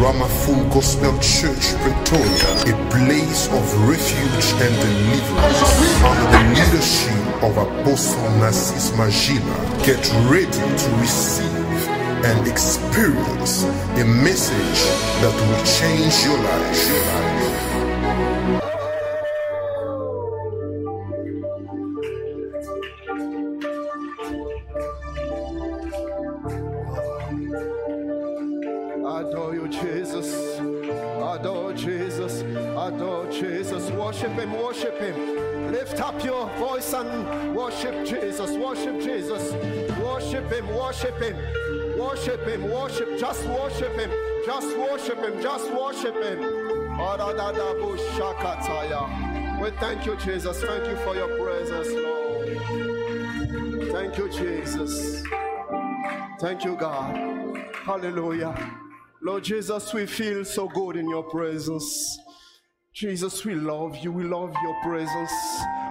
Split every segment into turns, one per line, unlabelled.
Ramaphul Gospel Church, Pretoria, a place of refuge and deliverance. Under the leadership of Apostle Narcis Magila, get ready to receive and experience a message that will change your life.
Adore you, Jesus. Adore Jesus. Adore Jesus. Worship Him. Worship Him. Lift up your voice and worship Jesus. Worship Jesus. Worship Him. Worship Him. Worship Him. Worship. Just worship Him. Just worship Him. Just worship Him. Aradadabushakataya. We thank you, Jesus. Thank you for your presence, Lord. Thank you, Jesus. Thank you, God. Hallelujah. Lord Jesus, we feel so good in your presence. Jesus, we love you. We love your presence.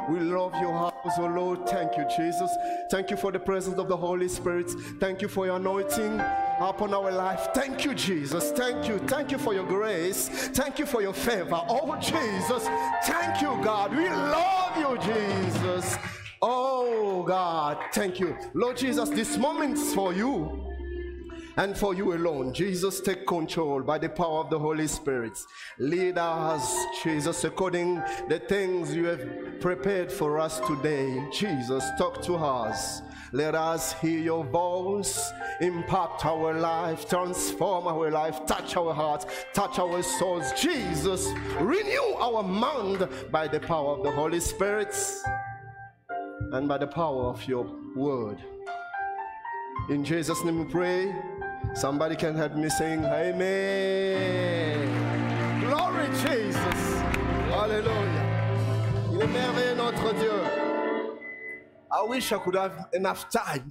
We love your house, oh Lord. Thank you, Jesus. Thank you for the presence of the Holy Spirit. Thank you for your anointing upon our life. Thank you, Jesus. Thank you. Thank you for your grace. Thank you for your favor. Oh, Jesus. Thank you, God. We love you, Jesus. Oh, God. Thank you. Lord Jesus, this moment's for you and for you alone. Jesus, take control by the power of the Holy Spirit. Lead us, Jesus, according the things you have prepared for us today. Jesus, talk to us. Let us hear your voice, impact our life, transform our life, touch our hearts, touch our souls. Jesus, renew our mind by the power of the Holy Spirit and by the power of your word. In Jesus' name we pray. Somebody can help me sing, Amen. Glory Jesus. Hallelujah. Il est merveilleux notre Dieu. I wish I could have enough time.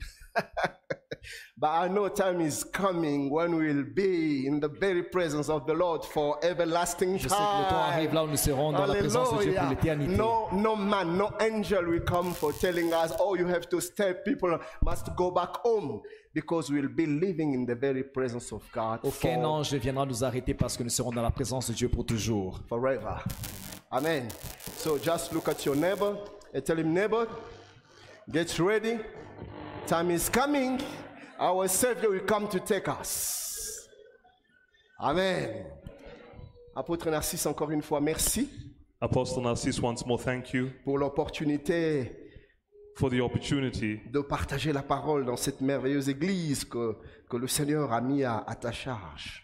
but I know time is coming when we'll be in the very presence of the Lord for everlasting
Je sais que le temps
time.
arrive là où nous serons dans la présence de Dieu pour l'éternité.
No, no man, no angel will come for telling us, oh, you have to stay. People must go back home because we'll be living in the very presence of God
Aucun
for-
ange ne viendra nous arrêter parce que nous serons dans la présence de Dieu pour toujours.
forever. Amen. So just look at your neighbor and tell him, neighbor, get ready. Time is coming. Our Savior will come to take us. Amen. Apôtre Narcisse, encore une fois, merci
Apostle Narcisse, once more, thank you
pour l'opportunité
for the opportunity
de partager la parole dans cette merveilleuse église que, que le Seigneur a mis à, à ta charge.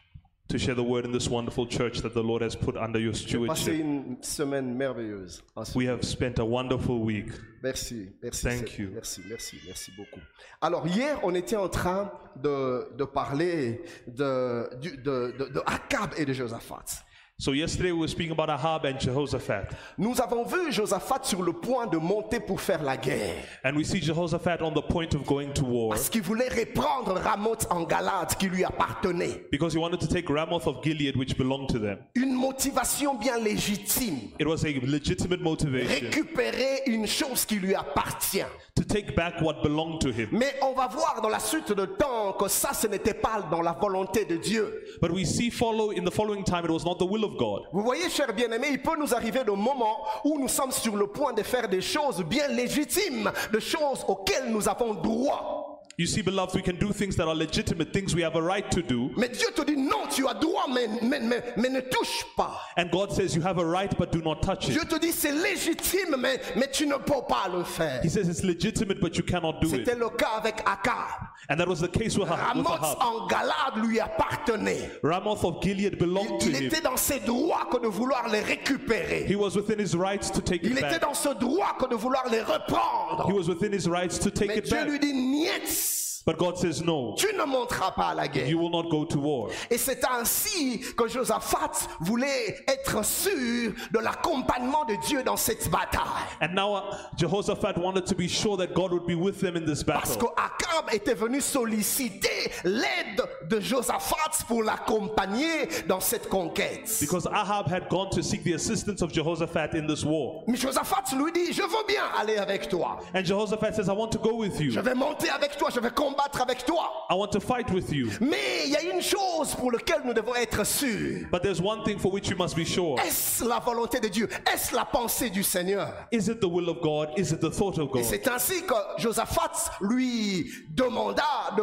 to share the word in this wonderful church that the Lord has put under your
Passez
stewardship.
une semaine merveilleuse.
We have spent a wonderful week.
Merci, merci.
Thank
Seb.
you.
Merci, merci, merci beaucoup. Alors hier, on était en train de, de parler de, du- de, de, de Akab et de Josaphat.
So, yesterday we were speaking about Ahab and Jehoshaphat,
Nous avons vu Josaphat sur le point de monter pour faire la guerre.
and we see Jehoshaphat on the point of going to war
Parce qu'il voulait reprendre Ramoth en Galate qui lui appartenait.
because he wanted to take Ramoth of Gilead, which belonged to them.
Une motivation bien légitime.
It was a legitimate motivation
Récupérer une chose qui lui appartient.
to take back what belonged to him.
Mais on va voir dans la suite de temps que ça, ce n'était pas dans la volonté de Dieu.
But we see follow in the following time it was not the will of God.
Vous voyez, chers bien-aimés, il peut nous arriver de moments où nous sommes sur le point de faire des choses bien légitimes, des choses auxquelles nous avons droit.
You see, beloved, we can do things that are legitimate, things we have a right to do,
Mais Dieu te dit non, tu as droit, mais, mais, mais, mais ne touche pas.
and God says you have a right, but do not touch it.
Dieu te dit c'est légitime, mais, mais tu ne peux pas le faire.
He says it's legitimate, but you cannot do
C'était
it.
le cas avec Akab.
And that was the case with, Ah- with
Ramoth
Ahab.
en Galade lui appartenait.
Ramoth of Gilead belonged to
Il
him.
était dans ses droits que de vouloir les récupérer.
He was within his rights to take
Il
it
était
back.
dans ce droit que de vouloir les
He
reprendre.
was within his rights to take
Mais
it
Dieu lui
back.
dit, niets.
But God says, no,
tu ne monteras pas à la guerre.
you will not go to war.
Et c'est ainsi que Josaphat voulait être sûr de l'accompagnement de Dieu dans cette bataille.
And now uh, Jehoshaphat wanted to be sure that God would be with them in this
Parce que
battle.
Akab était venu solliciter l'aide de Josaphat pour l'accompagner dans cette conquête.
Because Ahab had gone to seek the assistance of Jehoshaphat in this war.
Mais Josaphat lui dit, je veux bien aller avec toi.
And Jehoshaphat says, I want to go with
Je
you.
vais monter avec toi, je vais combattre avec toi.
I want to fight with you.
Mais il y a une chose pour laquelle nous devons être sûrs.
But there's one thing for which you must be sure.
Est-ce la volonté de Dieu Est-ce la pensée du Seigneur
Is it the will of God? Is it the thought of
Et
God?
c'est ainsi que Josaphat lui demanda de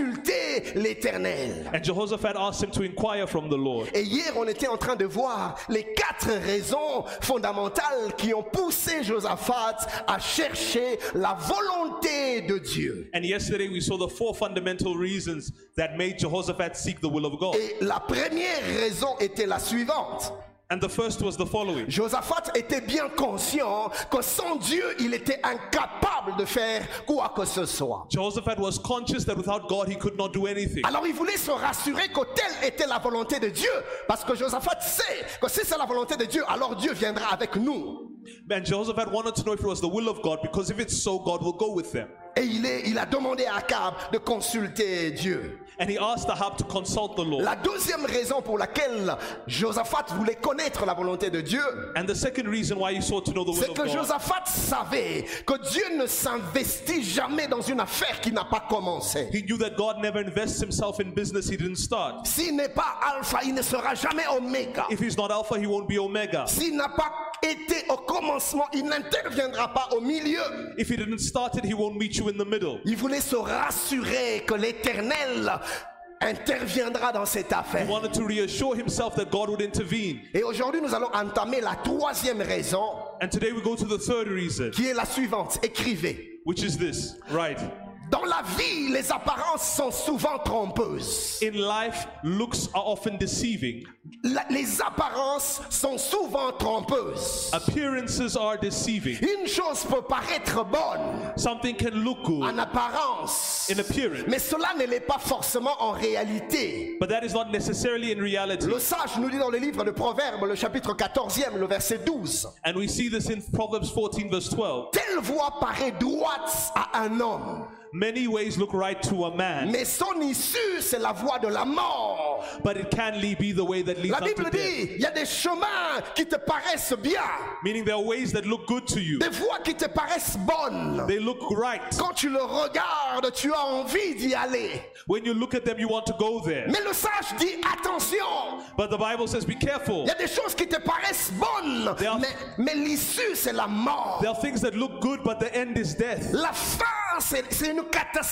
consulter l'Éternel.
And Jehoshaphat asked him to inquire from the Lord.
Et hier, on était en train de voir les quatre raisons fondamentales qui ont poussé Josaphat à chercher la volonté de Dieu.
And yesterday we saw the four fundamental reasons that made Jehoshaphat seek the will of God.
Et la première raison était la suivante.
And the first was the following
Josaphat était bien conscient que sans Dieu, il était incapable de faire quoi que ce soit.
Jehoshaphat was conscious that without God he could not do anything.
Alors il voulait se rassurer que telle était la volonté de Dieu, parce que Josaphat sait que si c'est la volonté de Dieu, alors Dieu viendra avec nous.
And Jehoshaphat wanted to know if it was the will of God because if it's so, God will go with them.
Et il, est, il a demandé à Akab de consulter Dieu.
And he asked Ahab to consult the Lord.
La deuxième raison pour laquelle Josaphat voulait connaître la volonté de Dieu,
And the second reason why he sought to know the will
c'est
of
que
God
Josaphat savait que Dieu ne s'investit jamais dans une affaire qui n'a pas commencé.
He knew that God never invests himself in business he didn't start.
S'il n'est pas alpha, il ne sera jamais oméga.
If he's not Alpha, he won't be Omega.
S'il n'a pas été au commencement, il n'interviendra pas au milieu.
If he didn't start it, he won't meet you in the middle.
Il voulait se rassurer que l'Éternel interviendra dans cette
He
affaire.
wanted to reassure himself that God would intervene.
Et aujourd'hui, nous allons entamer la troisième raison,
And today we go to the third reason,
qui est la suivante. Écrivez.
which is this. Right.
Dans la vie, les apparences sont souvent trompeuses.
In life, looks are often deceiving.
La- les apparences sont souvent trompeuses.
Ah. Appearances are deceiving.
Une chose peut paraître bonne
Something can look good
en apparence,
in appearance,
mais cela ne l'est pas forcément en réalité.
but that is not necessarily in reality.
Le sage nous dit dans le livre de Proverbes, le chapitre 14e, le verset 12.
And we see this in Proverbs 14, verse 12.
Telle voie paraît droite à un homme,
Many ways look right to a man,
mais son issue, c'est la voie de la mort.
but it can lead- be the way that leads
La
unto
Bible
death.
dit, il y a des chemins qui te paraissent bien,
Meaning there are ways that look good to you.
des voies qui te paraissent bonnes.
They look right.
Quand tu le regardes, tu as envie d'y aller.
When you look at them, you want to go there.
Mais le sage dit, attention,
But the Bible says, be careful.
il y a des choses qui te paraissent bonnes,
There are-
mais, mais l'issue, c'est la mort.
There are things that look good, but the end is death.
La fin, c'est c'est une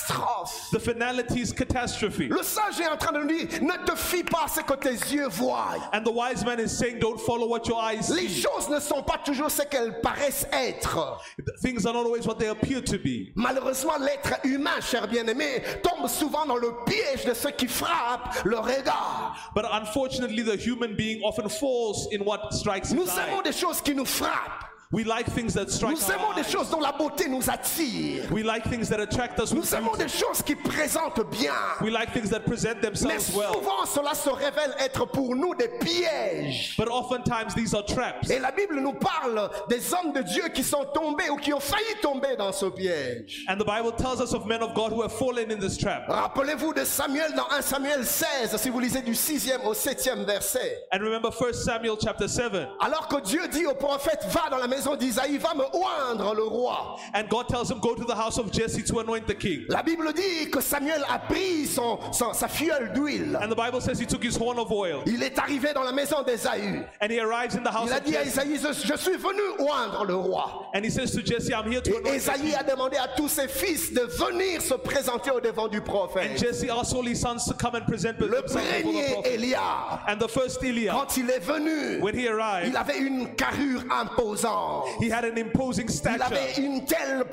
catastrophe.
The finality is catastrophe.
Le sage est en train de nous dire, ne te fie pas à ce que tes yeux voient.
And the wise man is saying, don't follow what your eyes
Les
see.
choses ne sont pas toujours ce qu'elles paraissent être.
Things are not always what they appear to be.
Malheureusement, l'être humain, cher bien-aimé, tombe souvent dans le piège de ce qui frappe le regard.
But unfortunately, the human being often falls in what strikes
Nous
his
aimons
eye.
des choses qui nous frappent.
We like things that strike
Nous aimons
our
des
eye.
choses dont la beauté nous attire.
We like things that attract us. with
Nous aimons
beauty.
des choses qui présentent bien.
We like things that present
Mais
themselves well.
souvent, cela se révèle être pour nous des pièges.
But oftentimes, these are traps.
Et la Bible nous parle des hommes de Dieu qui sont tombés ou qui ont failli tomber dans ce piège.
And the Bible tells us of men of God who have fallen in this trap.
Rappelez-vous de Samuel dans 1 Samuel 16, si vous lisez du 6e au 7e verset.
And remember 1 Samuel chapter 7.
Alors que Dieu dit au prophète, va dans la maison d'Isaïe, va me oindre le roi.
And God tells him, Go to the house of Jesse to anoint the king.
La Bible dit que Samuel a pris son, son- sa fiole d'huile.
And the Bible says he took his horn of oil
Il est arrivé dans la maison d'Isaïe.
and he arrives in the house
Il a
of
dit à
Jesse.
Isaïe, je, je suis venu oindre le roi.
And he says to Jesse, I'm here to
Et
anoint the king.
Isaïe a demandé à tous ses fils de venir se présenter au devant du prophète.
Jesse asked all his sons to come and present
Le
themselves before the
premier
prophet.
Élia,
And the first Eliab,
quand il est venu,
when he
il
arrived,
avait une carrure imposante.
he had an imposing
Il avait
stature.
une telle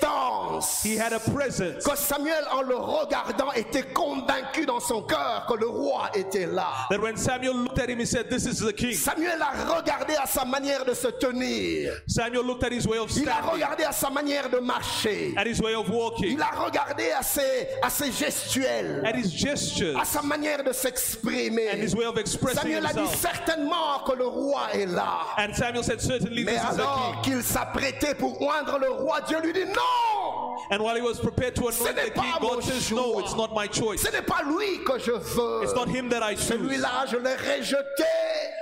prestance.
He had a presence.
que Samuel, en le regardant, était convaincu dans son cœur que le roi était là.
That when Samuel looked at him, he said, This is the king.
Samuel a regardé à sa manière de se tenir.
Samuel looked at his way of
Il a
standing,
regardé à sa manière de marcher.
at his way of walking,
Il a regardé à ses, à ses gestuels,
at his gestures,
à sa manière de
and
s'exprimer.
his way of expressing
Samuel a dit
himself.
certainement que le roi est là.
And Samuel said, Certainly
Mais
this is the
alors
king.
qu'il s'apprêtait pour oindre le roi, Dieu lui dit non,
And while he was prepared to
Ce
anoint
n'est
the king,
pas mon
God says, No,
choix.
it's not my choice.
ce n'est pas lui que je
It's
veux.
not him that I choose.
Celui-là, je l'ai rejeté.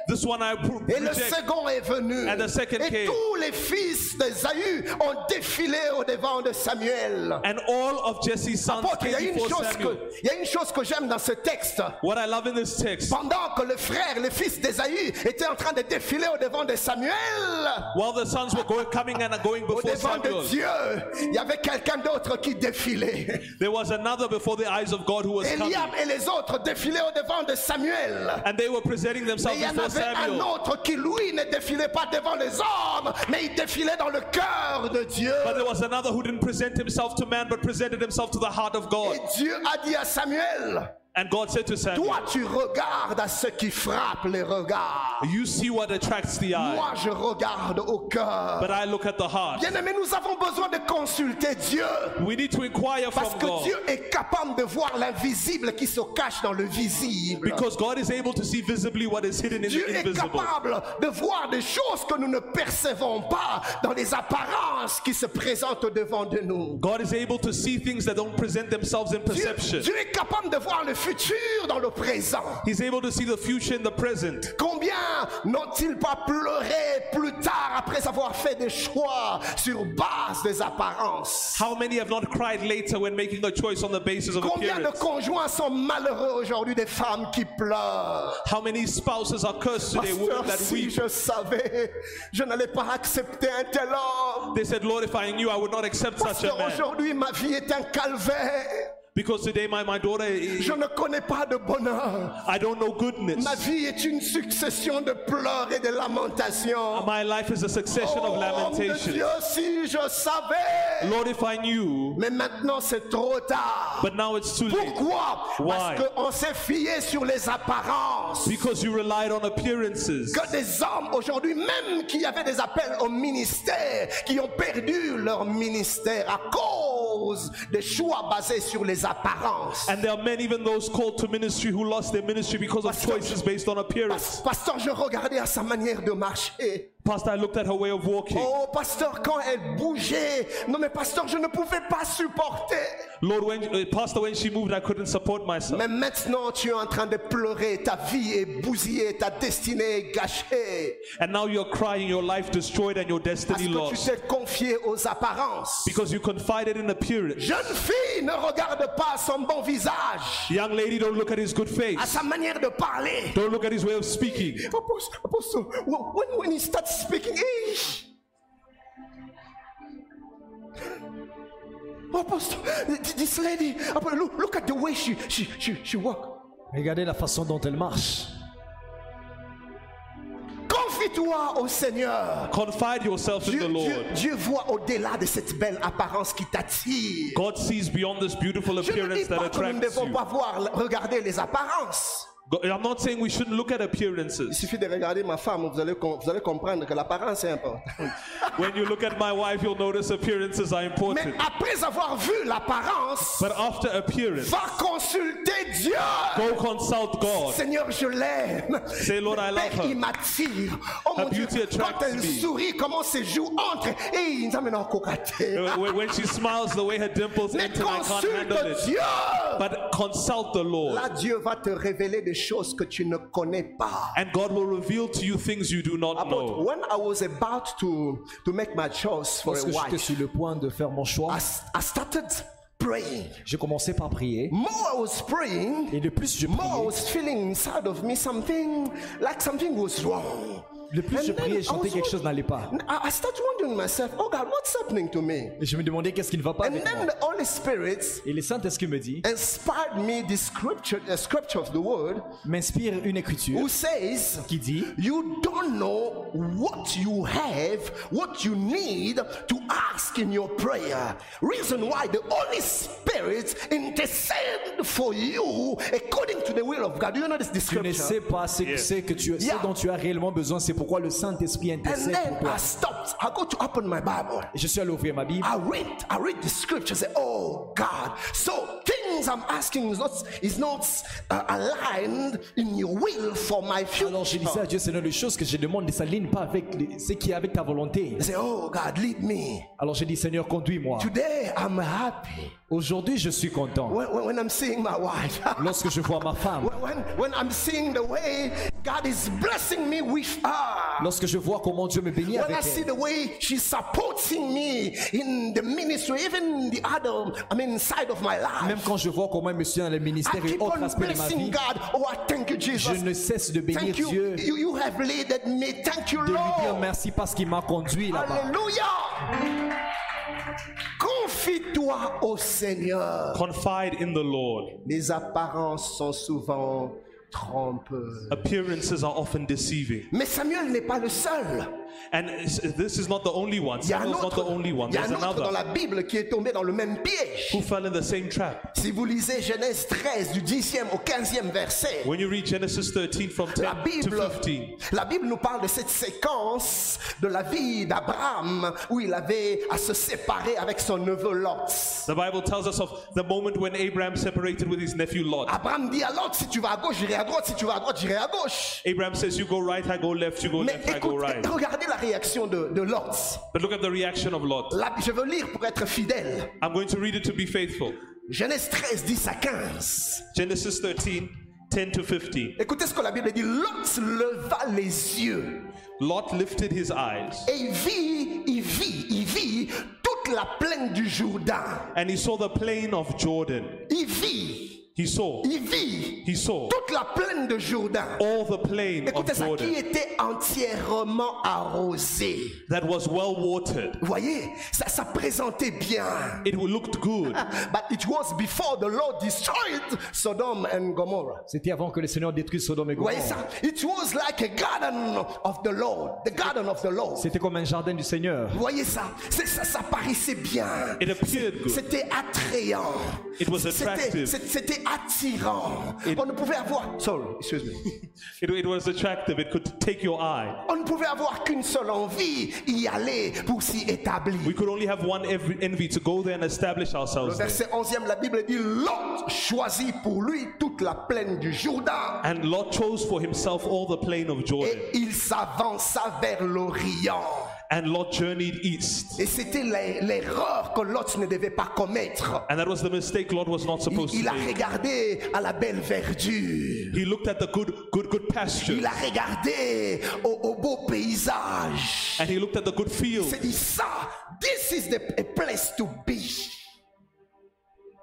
The This one I pro-
Et le
reject.
second est venu.
And the second
Et
came.
tous les fils d'Ésaü ont défilé au devant de Samuel.
And all of Jesse's sons
Apôtre, il y a
came
une
before
chose
Samuel.
que, il y a une chose que j'aime dans ce texte.
What I love in this text,
Pendant que le frère, le fils d'Ésaü, était en train de défiler au devant de Samuel,
while the sons were going, coming and going
au
before
devant
Samuel,
de Dieu, il y avait quelqu'un d'autre qui défilait.
there was another before the eyes of God who was coming.
Eliab et les autres défilaient au devant de Samuel.
And they were presenting
Mais
themselves
il y en
before
avait un
Samuel.
autre qui, lui, ne défilait pas devant les hommes, mais il défilait dans le cœur de Dieu.
But there was another who didn't present himself to man, but presented himself to the heart of
Et
God.
Dieu a dit à Samuel,
And God said to Samuel,
toi tu regardes à ce qui frappe les regards.
You see what attracts the eye,
Moi je regarde au cœur.
but I look at the heart.
Bien-aimés, nous avons besoin de consulter Dieu.
We need to inquire
Parce
from
que Dieu
God
est capable de voir l'invisible qui se cache dans le visible.
because God is able to see visibly what is hidden in
Dieu
the
est
invisible.
capable de voir des choses que nous ne percevons pas dans les apparences qui se présentent devant de nous.
God is able to see things that don't present themselves in
Dieu,
perception.
Dieu est capable de voir le futur dans le présent.
He's able to see the future in the present.
Combien n'ont-ils pas pleuré plus tard après avoir fait des choix sur base des apparences
How many have not cried later when making a choice on the basis of
Combien de
appearance?
conjoints sont malheureux aujourd'hui des femmes qui pleurent
How many spouses are cursed today,
Pasteur,
women that
si
weep?
je savais, je n'allais pas accepter un tel homme.
They said, Lord, if I knew, I would not accept such a
Pasteur,
man.
aujourd'hui, ma vie est un calvaire.
Because today, my, my daughter,
Je
I
ne connais pas de bonheur.
I don't know goodness.
Ma vie est une succession de pleurs et de lamentations.
My life is a succession of
Oh, mon
lamentations.
Dieu, si je savais.
Lord, if I knew,
Mais maintenant, c'est trop tard.
but now it's too late.
Pourquoi Parce
Why?
qu'on s'est fié sur les apparences.
Because you relied on appearances.
Que des hommes aujourd'hui, même qui avaient des appels au ministère, qui ont perdu leur ministère à cause des choix basés sur les apparences.
And there are men, even those called to ministry, who lost their ministry because of
Pastor-
choices based on appearance.
Pasteur, je regardais à sa manière de marcher.
Pastor, I looked at her way of walking.
Oh, pasteur, quand elle bougeait, non mais pasteur, je ne pouvais pas supporter.
Lord, when, uh, Pastor, when she moved, I couldn't support myself.
Mais maintenant, tu es en train de pleurer, ta vie est bousillée, ta destinée est gâchée.
And now you're crying, your life destroyed, and your
Parce
destiny
que tu
lost.
t'es confié aux apparences.
Because you confided in appearance.
Jeune fille, ne regarde pas son bon visage,
Young lady, don't look at his good face.
à sa manière de parler.
Don't look at his way of speaking.
Apostle, apostle, when, when he starts speaking, eh. Apostle, th- this lady, apo- look, look at the way she, she, she, she walk.
Regardez la façon dont elle marche.
Confie-toi au Seigneur.
Confide yourself in
Dieu,
the
Dieu,
Lord.
Dieu voit au-delà de cette belle apparence qui t'attire.
God sees beyond this beautiful
Je ne dis
appearance that
pas que nous ne
attracts
devons
you.
pas voir, regarder les apparences.
Go- I'm not saying we shouldn't look at
Il
appearances.
suffit de regarder ma femme, vous allez, com- vous allez comprendre que l'apparence est importante.
When you look at my wife, you'll notice appearances are
Mais
important.
après avoir vu l'apparence,
But after appearance,
va consulter Dieu.
go consult God.
Seigneur, je l'aime.
Say, Lord, I love
Père, il
her.
m'attire. Oh mon
Her
Dieu,
beauty attracts
quand elle
me.
sourit, comment ses joues entrent. Et il nous amène en cocaté.
Uh, When when she smiles, the way her dimples
Mais
enter, I can't handle
consulte
it.
Dieu.
But consult
Là,
the
Oh.
Lord,
Dieu va te révéler des choses que tu ne connais pas.
and God will reveal to you things you do not
But
know.
when I was about to, to make my choice for a wife,
Lorsque j'étais
Ah,
sur le point de faire mon choix,
I, I started praying.
j'ai commencé par prier.
More I was praying,
Et de plus je
more I
priais,
was feeling inside of me something like something was wrong.
de plus je
And then
priais,
I
je sentais
was
quelque chose n'allait pas.
wondering- I I started wondering myself, oh God, what's happening to me?
Et je me demandais qu'est-ce qui ne va pas
And
avec
then
moi.
the Holy Spirit
Et le Saint-Esprit me dit,
inspired me this scripture, the scripture of the word,
m'inspire une écriture
who says,
qui dit,
you don't know what you have, what you need to ask in your prayer. Reason why the Holy Spirit intercede for you according to the will of God. Do you know this
tu ne
description?
sais pas ce que c'est que tu,
Yeah. Ah,
ce dont tu as réellement besoin. C'est pourquoi le Saint-Esprit
And
intercède pour
then I
toi.
stopped. I go to open my Bible. Ah,
Et je suis allé ouvrir ma Bible.
I read, I read the scripture. Say, oh God. So King things I'm asking is not is not uh, aligned in your will for my
Alors je
future.
disais à Dieu, Seigneur, les choses que je demande ne s'alignent pas avec les- ce qui est avec ta volonté.
I say, oh God, lead me.
Alors je dis, Seigneur, conduis-moi.
Today I'm happy
Aujourd'hui, je suis content.
when, when, when I'm seeing my wife.
Lorsque je vois ma femme,
when, when, when I'm seeing the way God is blessing me with her.
lorsque je vois comment Dieu me bénit
When I
avec
see
elle,
the way she's supporting me in the ministry, even the other, I mean, side of my
même
life.
quand je vois comment elle me suit dans le
I
ministère et
keep
autres
on
aspects de ma
blessing
vie,
God. Oh, I thank you,
je
Jesus.
ne cesse de bénir
Thank you.
Dieu,
You, you have leaded me. Thank you,
de lui dire
Lord.
merci parce qu'il m'a conduit là-bas.
Alléluia. Confie-toi au Seigneur.
Confide in the Lord.
Les apparences sont souvent trompeuses.
Appearances are often deceiving.
Mais Samuel n'est pas le seul.
And it's- this is not the only one.
Il y a un
Samuel's not the
autre,
only one.
il y a
There's
un autre dans
another
la Bible qui est tombé dans le même piège.
who fell in the same trap.
Si vous lisez Genèse 13 du 10e au 15e verset,
When you read Genesis 13 from
la
10 to
Bible,
15,
la Bible nous parle de cette séquence de la vie d'Abraham où il avait à se séparer avec son neveu Lot.
the Bible tells us of the moment when Abraham separated with his nephew Lot.
Abraham dit à Lot, si tu vas à gauche, j'irai à droite, si tu vas à droite, j'irai à gauche.
Abraham says, You go right, I go left, you go
Mais
left, I go
écoute,
right.
regardez la réaction de, de Lot.
But look at the reaction of Lot.
La- je veux lire pour être fidèle.
I'm going to read it to be faithful.
Genèse 13, 10 à 15.
Genesis 13, 10 to 15.
Écoutez ce que la Bible dit. Lot leva les yeux
Lot lifted his eyes
et il vit, il vit, il vit toute la plaine du Jourdain.
and he saw the plain of Jordan.
Il vit,
He saw,
il vit
he saw
toute la plaine de Jourdain.
all the plain
Écoutez
of
ça, qui
Jordan
était entièrement arrosée.
that was well watered.
Vous voyez, ça, ça présentait bien.
It looked good.
But it was before the Lord destroyed Sodom and Gomorrah.
C'était avant que le Seigneur détruise Sodome et
Vous
Gomorrhe.
voyez ça? It was like a garden of the Lord. The garden of the Lord.
C'était comme un jardin du Seigneur.
Vous voyez ça? C'est ça, ça paraissait bien.
It appeared good.
C'était attrayant.
It was
C'était-
attractive.
c'est- C'était attirant.
It-
On ne pouvait avoir, sorry, excuse me.
It, it was attractive. It could take your eye.
On ne pouvait avoir qu'une seule envie, y aller pour s'y établir.
We could only have one envy, envy to go there and establish
Le
ourselves there.
verset 11e, la Bible dit Lot choisit pour lui toute la plaine du Jourdain
And Lot chose for himself all the plain of Jordan.
et il s'avança vers l'Orient.
And Lot journeyed east.
Et c'était l'e- l'erreur que Lot ne devait pas commettre.
And that was the mistake Lot was not
Il,
supposed
il
to
a
make.
regardé à la belle verdure.
He looked at the good, good, good pasture.
Il a regardé au, au beau paysage.
And he looked at the good
Il
field.
s'est dit ça, this is the a place to be.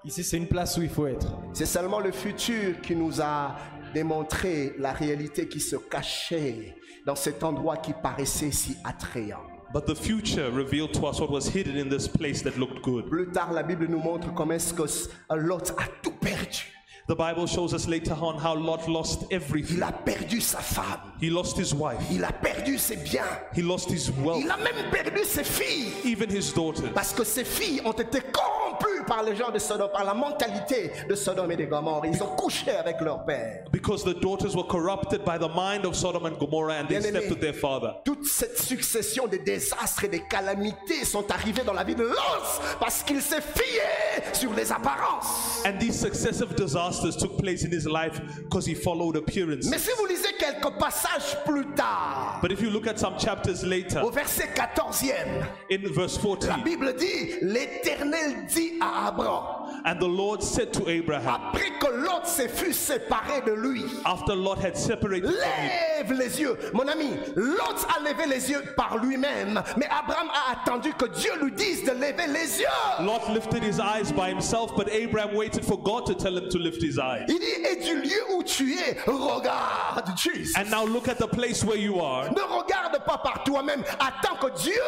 Ici, c'est une place où il faut être.
C'est seulement le futur qui nous a démontré la réalité qui se cachait dans cet endroit qui paraissait si attrayant.
But the future revealed to us what was hidden in this place that looked good.
Plus tard, la Bible nous montre comment est-ce que s- Lot a tout perdu.
The Bible shows us later on how Lot lost
Il
everything.
a perdu sa femme.
He lost his wife.
Il a perdu ses biens.
He lost his wealth.
Il a même perdu ses filles.
Even his daughter.
Parce que ces filles ont été corrompues par les gens de Sodome, par la mentalité de Sodome et de Gomorrhe. Ils ont couché avec leur père.
Because the daughters were corrupted by the mind of Sodom and Gomorrah and they
Bien-aimé.
slept with their father.
Toute cette succession de désastres et de calamités sont arrivées dans la vie de Lot parce qu'il s'est fié sur les apparences.
And these successive disasters took place in his life because he followed appearance.
Mais si vous lisez quelques passages plus tard,
But if you look at some chapters later,
au verset 14e,
in verse
la
14,
Bible dit, l'Éternel dit à Abraham,
and the Lord said to Abraham,
après que Lot se fut séparé de lui,
after Lot had separated from him,
Lève les yeux, mon ami. L'autre a levé les yeux par lui-même, mais Abraham a attendu que Dieu lui dise de lever les yeux.
Lot lifted his eyes by himself, but Abraham waited for God to tell him to lift his eyes.
Il dit et du lieu où tu es, regarde Jésus.
And now look at the place where you are.
Ne regarde pas par toi-même. Attends que Dieu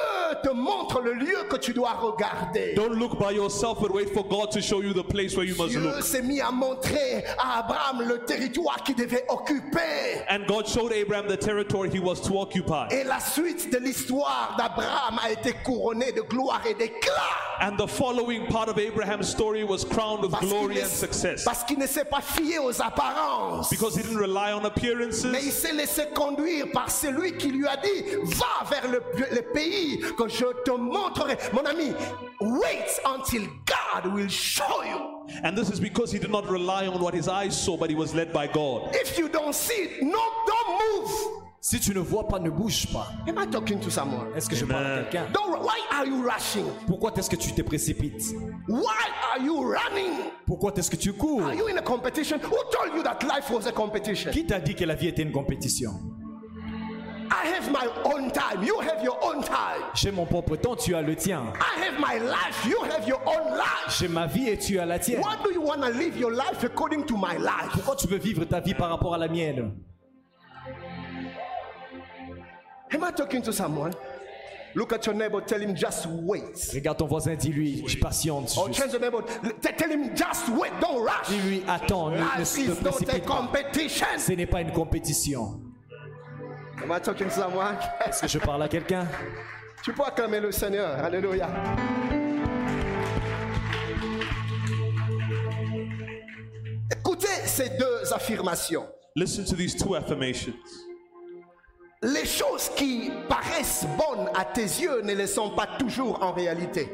te montre le lieu que tu dois regarder.
Don't look by yourself, but wait for God to show you the place where you must
Dieu
look.
s'est mis à montrer à Abraham le territoire qu'il devait occuper.
And God showed Abraham the territory he was to occupy.
Et la suite de l'histoire d'Abraham a été couronnée de gloire et d'éclat.
And the following part of Abraham's story was crowned with
Parce qu'il
glory
ne-
and success.
Parce qu'il ne s'est pas fié aux apparences.
Because he didn't rely on
Mais il
appearances,
s'est laissé conduire par celui qui lui a dit Va vers le, le pays que je te montrerai. Mon ami, wait until God God will show you.
And this is because he did not rely on what his eyes saw, but he was led by God.
If you don't see it, no, don't move.
Si tu ne vois pas, ne bouge pas.
Am I talking to someone?
Est-ce que je parle à quelqu'un
Don't, why are you rushing?
Pourquoi est-ce que tu te précipites
Why are you running?
Pourquoi est-ce que tu cours
Are you in a competition? Who told you that life was a competition?
Qui t'a dit que la vie était une compétition
I have my own time. You have your own time.
J'ai mon propre temps, tu as le tien.
I have my life. You have your own life.
J'ai ma vie et tu as la tienne.
Why do you want to live your life according to my life?
Pourquoi tu veux vivre ta vie par rapport à la mienne
Am I talking to someone? Look at your neighbor. Tell him just wait.
Regarde ton voisin, dis-lui, je patiente.
Or
juste.
change the neighbor. L- t- Tell him just wait. Don't rush.
Dis-lui, attends, ne, ne
Life
se
is not a
précipite pas.
competition.
Ce n'est pas une compétition.
Am I talking to someone?
Est-ce que je parle à quelqu'un
Tu peux acclamer le Seigneur. Alléluia. Écoutez ces deux affirmations.
Listen to these two affirmations.
Les choses qui paraissent bonnes à tes yeux ne le sont pas toujours en réalité.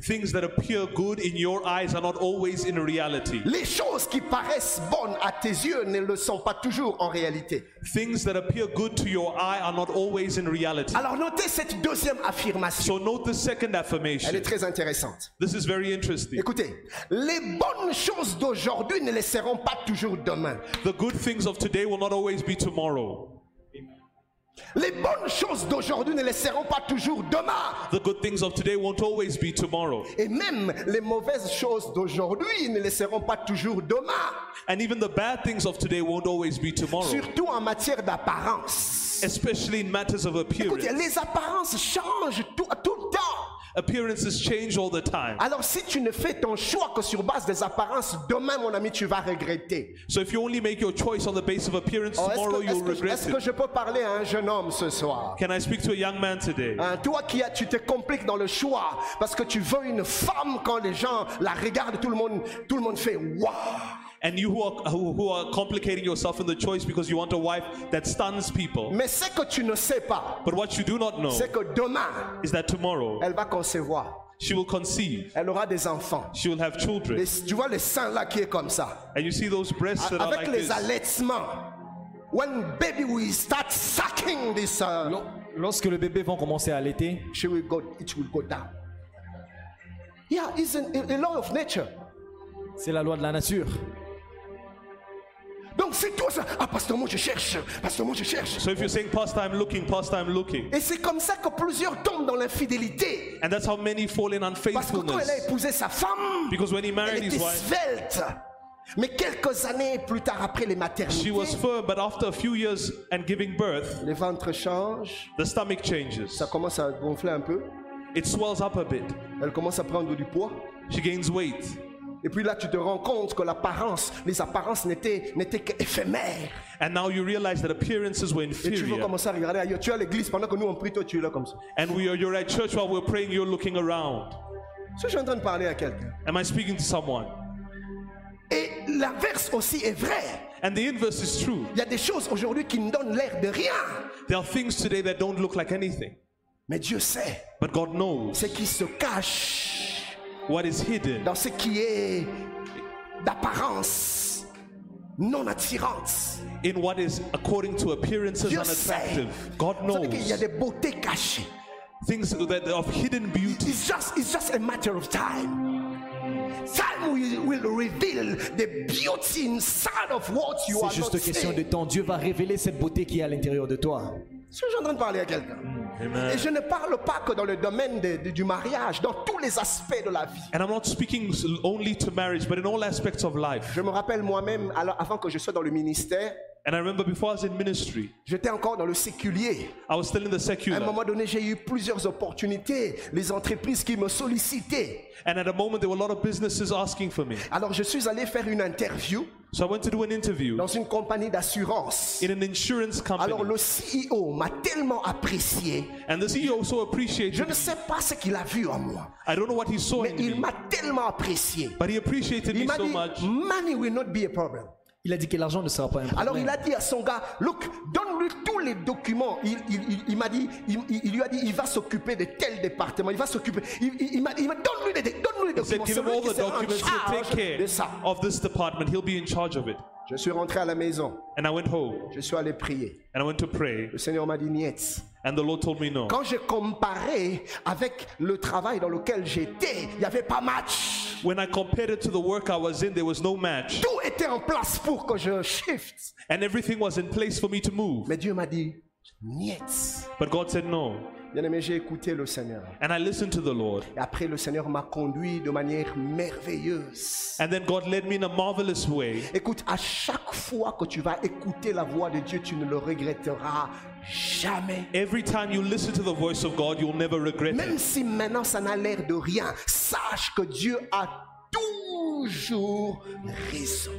Things that appear good in your eyes are not always in reality.
Les choses qui paraissent bonnes à tes yeux ne le sont pas toujours en réalité.
Things that appear good to your eye are not always in reality.
Alors notez cette deuxième affirmation.
So note the second
Elle est
affirmation.
très intéressante.
This is very interesting.
Écoutez, les bonnes choses d'aujourd'hui ne le seront pas toujours demain.
The good things of today will not always be tomorrow.
Les bonnes choses d'aujourd'hui ne le seront pas toujours demain.
The good things of today won't always be tomorrow.
Et même les mauvaises choses d'aujourd'hui ne les seront pas toujours demain,
And even the bad things of today won't always be tomorrow,
surtout en matière d'apparence.
Eh especially in matters of
Écoutez,
appearance.
les apparences changent tout, tout le temps.
Appearances change all the time.
Alors si tu ne fais ton choix que sur base des apparences, demain mon ami, tu vas regretter.
So if you only make your choice on the basis of appearance,
Oh, est-ce
tomorrow
que,
you'll
est-ce que-
regret
est-ce que
it.
je peux parler à un jeune homme ce soir
Can I speak to a young man today?
Hein, Toi qui as, tu te compliques dans le choix parce que tu veux une femme quand les gens la regardent, tout le monde, tout le monde fait waouh.
And you who are, who, who are complicating yourself in the choice because you want a wife that stuns people.
Mais ce que tu ne sais pas,
But what you do not know
c'est que demain,
is that tomorrow
elle va concevoir.
she will conceive,
elle aura des enfants.
she will have
Les-
children.
tu vois le sein là qui est comme ça,
And you see those breasts that are
avec
like
les
this.
allaitements. When baby will start sucking this, uh,
Lo- Lorsque le bébé va commencer à allaiter,
she will go, it will go down. Yeah, it's an, a a law of nature.
c'est la loi de la nature.
Donc c'est tout ça. Ah, pasteur, moi je cherche. Pasteur, moi je cherche.
So if you're saying past time looking, past time looking,
Et c'est comme ça que plusieurs tombent dans l'infidélité.
and that's how many fall in
Parce que quand elle a
unfaithfulness.
épousé sa femme,
Because when he married
elle était
his wife,
svelte. Mais quelques années plus tard, après les
she
maternités,
was firm, but after a few years and giving birth,
les ventres changent.
the stomach changes.
Ça commence à gonfler un peu.
It swells up a bit.
Elle commence à prendre du poids.
She gains weight.
Et puis là, tu te rends compte que l'apparence, les apparences n'étaient, n'étaient qu'éphémères.
And now you realize that appearances were
Et tu veux
inferior.
commencer à regarder ailleurs. Tu es à l'église pendant que nous on prie, toi tu es là comme ça.
And we are, you're at church while we're praying, you're looking around.
Est-ce que je suis en train de parler à quelqu'un
Am I speaking to someone?
Et l'inverse aussi est vrai.
And the inverse is true.
Il y a des choses aujourd'hui qui ne donnent l'air de rien.
There are things today that don't look like anything,
Mais Dieu sait
but God knows
ce qui se cache
what is hidden
dans ce qui est d'apparence non attirante.
in what is according to appearances
Dieu sait.
unattractive. God
Vous savez qu'il y a
knows
des beautés cachées.
things that are of hidden beauty.
It's just, it's just a matter of time. Time will, will reveal the beauty inside of what you
C'est
are
juste
not
question de
seeing.
temps. Dieu va révéler cette beauté qui est à l'intérieur de toi.
Je suis en train de parler à quelqu'un. Et je ne parle pas que dans le domaine de- de- du mariage, dans tous les aspects de la vie.
And I'm not speaking only to marriage, but in all aspects of life.
Je me rappelle moi-même, alors avant que je sois dans le ministère,
And I remember before I was in ministry,
j'étais encore dans le séculier.
I was still in the
À un
secular.
moment donné, j'ai eu plusieurs opportunités, les entreprises qui me sollicitaient.
And at a moment, there were a lot of businesses asking for me.
Alors je suis allé faire une interview
So I went to do an interview
dans une compagnie d'assurance.
in an insurance
Alors
company.
le CEO m'a tellement apprécié.
And the CEO also
Je
appreciated
ne
me.
sais pas ce qu'il a vu en moi,
I don't know what he saw
mais
in
il
me,
m'a tellement apprécié.
but he appreciated
Il
me
m'a
so
dit,
much.
money will not be a problem.
Il a dit que l'argent ne sera pas un problème.
Alors il a dit à son gars, Look, donne-lui tous les documents. Il, il- il- il m'a dit, il, il- il lui a dit, il va s'occuper de tel département, il va s'occuper. Il, il- il m'a dit, il m'a dit, donne-lui les, donne les
He said,
documents.
give him
Celui
all
qui
the
sera en
documents. He'll
charge de
take
ça.
care of this department. He'll be in charge of it.
Je suis rentré à la maison,
And I went home
je suis allé prier.
and I went to pray.
Le Seigneur m'a dit, Nietz.
And the Lord told me no.
Quand je comparais avec le travail dans lequel j'étais, il n'y avait pas match.
When I compared it to the work I was in, there was no match.
Tout était en place pour que je shift.
And everything was in place for me to move.
Mais Dieu m'a dit, Nietz.
But God said no.
Bien aimé, j'ai écouté le Seigneur.
And I listened to the Lord.
Et après, le Seigneur m'a conduit de manière merveilleuse.
And then God led me in a marvelous way.
Écoute, à chaque fois que tu vas écouter la voix de Dieu, tu ne le regretteras jamais.
Every time you listen to the voice of God, you'll never regret
Même
it.
si maintenant ça n'a l'air de rien, sache que Dieu a toujours raison.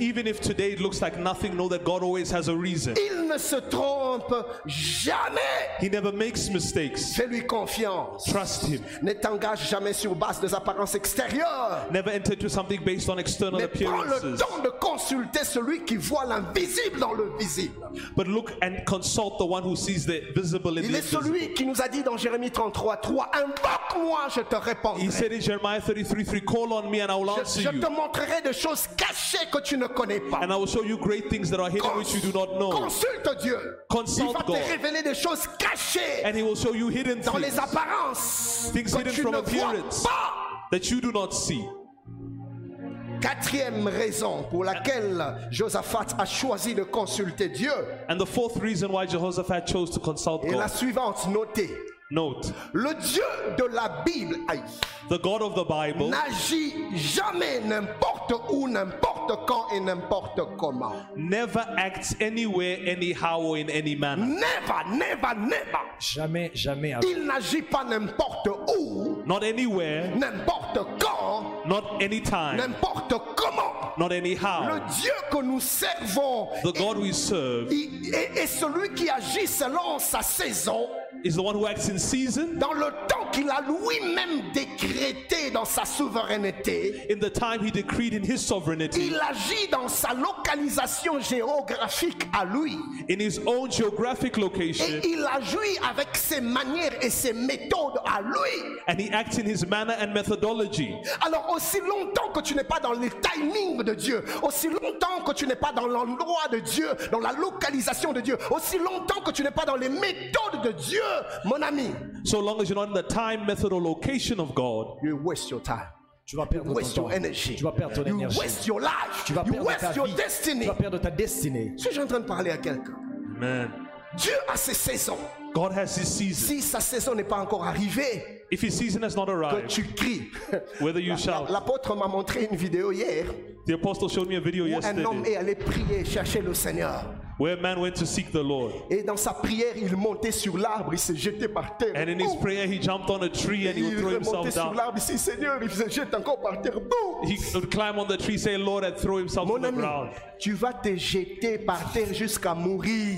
Even if today it looks like nothing, know that God always has a reason.
Il ne se trompe jamais.
He never makes mistakes.
Fais-lui confiance.
Trust Him.
Ne t'engage jamais sur base des apparences extérieures.
Never enter into something based on external
Mais prends le
appearances.
temps de consulter celui qui voit l'invisible dans le visible.
But look and consult the one who sees the visible in
Il
the
est
invisible.
celui qui nous a dit dans Jérémie 33, 3, invoque-moi, je te
He
répondrai.
said in Jeremiah 33 3, call on me and I will
Je,
answer
je
you.
te montrerai des choses cachées que tu ne connais pas.
And I will show you great things that are hidden which you do not know.
Consulte Dieu.
Consult
Il va
God.
te révéler des choses cachées
And he will show you hidden
dans les
things
apparences
Things
que
hidden
tu
from
ne
appearance.
vois pas.
that you do not see.
Quatrième raison pour laquelle Josaphat a choisi de consulter Dieu
And the fourth reason why Jehoshaphat chose to consult
est la
God.
suivante. Notez,
Note,
le Dieu de la Bible aïe,
the God of the Bible
n'agit jamais n'importe où, n'importe quand et n'importe comment.
never acts anywhere, anyhow, or in any manner.
Never, never, never.
Jamais, jamais. avant.
Il n'agit pas n'importe où,
Not anywhere,
n'importe quand,
not anytime,
n'importe comment.
not anyhow.
Le Dieu que nous servons
The God we serve
il- est, est celui qui agit selon sa saison,
is the one who acts in season,
dans le temps qu'il a lui-même décrété dans sa souveraineté.
in the time he decreed in his sovereignty,
Il agit dans sa localisation géographique à lui.
in his own geographic location,
Et il agit avec ses manières et ses méthodes à lui.
and he acts in his manner and methodology.
Alors aussi longtemps que tu n'es pas dans le timing de Dieu, aussi longtemps que tu n'es pas dans l'endroit de Dieu, dans la localisation de Dieu, aussi longtemps que tu n'es pas dans les méthodes de Dieu, mon ami,
So long as you're not in the time, method, or location of God,
you waste your time.
Tu vas perdre
You waste
ton temps.
your energy.
Tu vas perdre ton
you
énergie.
waste your life.
Tu vas
you
perdre ta
waste your
vie.
destiny.
Tu vas perdre ta destinée.
Suis-je en train de parler à quelqu'un
man,
Dieu a ses saisons.
God has his season.
Si sa saison n'est pas encore arrivée,
If his season has not
que
arrived,
tu cries.
whether you shout,
L'apôtre m'a montré une vidéo hier
the apostle showed me a video
où un homme est
yesterday
allé prier, chercher le Seigneur.
where a man went to seek the Lord.
Et dans sa prière, il montait sur l'arbre, il se jetait par terre.
And in his
Boum.
prayer, he jumped on a tree and he would
il
throw
remontait
himself
sur
down.
l'arbre, il dit Seigneur, il se jette encore par terre. Boum.
He would climb on the tree, say, Lord, and throw himself
Mon
on the
ami,
ground.
tu vas te jeter par terre jusqu'à mourir.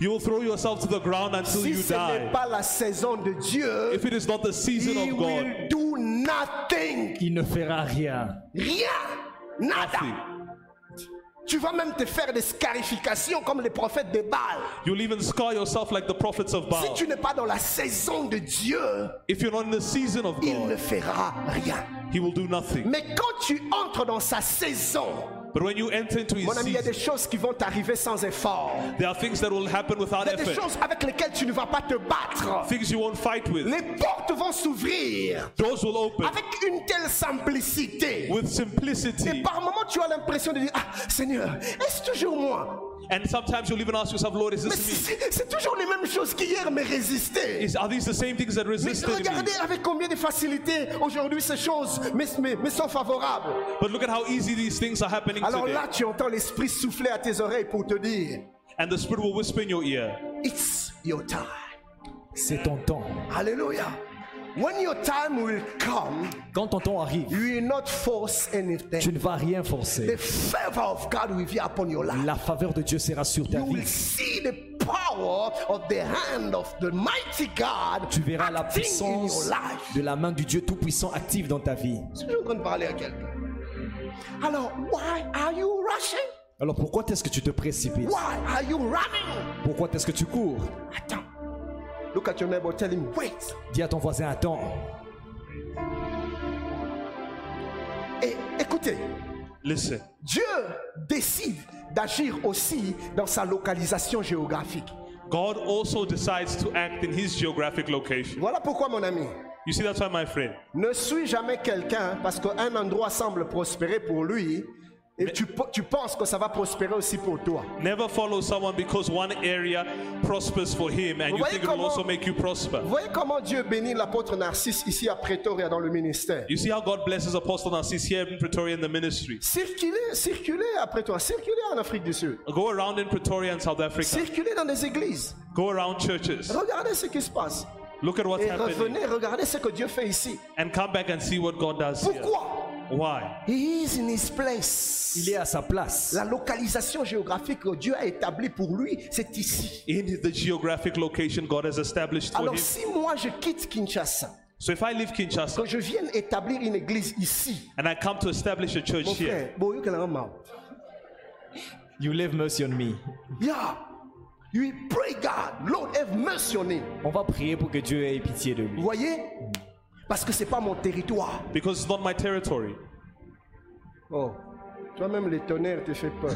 You will throw yourself to the ground until
Si
you
ce n'est
die.
pas la saison de Dieu,
If it is not the season
he
of God,
will do nothing.
Il ne fera rien.
Rien. Nada.
nothing.
Tu vas même te faire des scarifications comme les prophètes de Baal.
You'll even scar yourself like the prophets of
Si
Baal.
tu n'es pas dans la saison de Dieu,
If you're not in the season of
il ne
God,
fera rien.
he will do nothing.
Mais quand tu entres dans sa saison,
But when you enter into his
Mon ami, il y a des
season,
choses qui vont t'arriver sans effort.
there are things that will happen without
Il y a des
effort.
choses avec lesquelles tu ne vas pas te battre.
Things you won't fight with.
Les portes vont s'ouvrir
Doors will open
avec une telle simplicité.
with
Et
simplicity.
par moments, tu as l'impression de dire Ah, Seigneur, est-ce toujours moi
And sometimes you'll even ask yourself, Lord, is
Mais
this me?
c'est c'est toujours les mêmes choses qu'hier me résistaient.
Is, are these the same things that
Mais
resisted me?
regardez avec combien de facilité aujourd'hui ces choses me, me- me sont favorables.
But look at how easy these things are happening
Alors
today.
là, tu entends l'esprit souffler à tes oreilles pour te dire
And the Spirit will whisper in your ear,
It's your time.
C'est ton temps.
Hallelujah. When your time will come,
Quand ton temps arrive,
you will not force
tu
anything.
ne vas rien
The
forcer.
favor of God will be upon your life.
La faveur de Dieu sera sur ta
You will
vie.
see the power of the hand of the mighty God
Tu verras la
acting in your
puissance
life.
de la main du Dieu Tout-Puissant active dans ta vie.
Je suis en train de parler à quelqu'un. Alors, why are you rushing?
Alors pourquoi est-ce que tu te précipites
Why are you running?
Pourquoi est-ce que tu cours
Attends.
Look at your neighbor, tell him,
Wait.
Dis à ton voisin, attends.
Et Eh, écoutez,
Listen,
Dieu décide d'agir aussi dans sa localisation géographique.
God also decides to act in his geographic location.
Voilà pourquoi, mon ami,
You see, that's why, my friend,
ne suis jamais quelqu'un parce qu'un endroit semble prospérer pour lui et tu, pe- tu penses que ça va prospérer aussi pour toi.
never follow someone because one area prospers for him and you
Voyez
think it will
comment-
also make you prosper.
Vous voyez comment Dieu bénit l'apôtre Narcisse ici à Pretoria dans le ministère.
You see how God blesses Apostle Narcisse here in Pretoria in the ministry.
Circulez, circulez à Pretoria, circulez en Afrique du Sud,
Go around in Pretoria and South Africa.
circulez dans des églises,
Go around churches.
regardez ce qui se passe
Look at what's
et
happening.
revenez, regardez ce que Dieu fait ici.
And come back and see what God does here.
Pourquoi
Why?
He is in his place.
Il est à sa place.
La localisation géographique que Dieu a établie pour lui, c'est ici.
In the geographic location God has established for
Alors
him.
si moi je quitte Kinshasa,
So if I leave
que
Kinshasa
je vienne établir une église ici,
and I come to establish a church
mon
here,
frère, boyokela mama.
You live mercy on me.
yeah, you pray God, Lord have mercy on him.
On va prier pour que Dieu ait pitié de
Vous
lui.
voyez Parce que c'est pas mon territoire.
because it's not my territory.
Oh, toi-même les tonnerres te fait peur.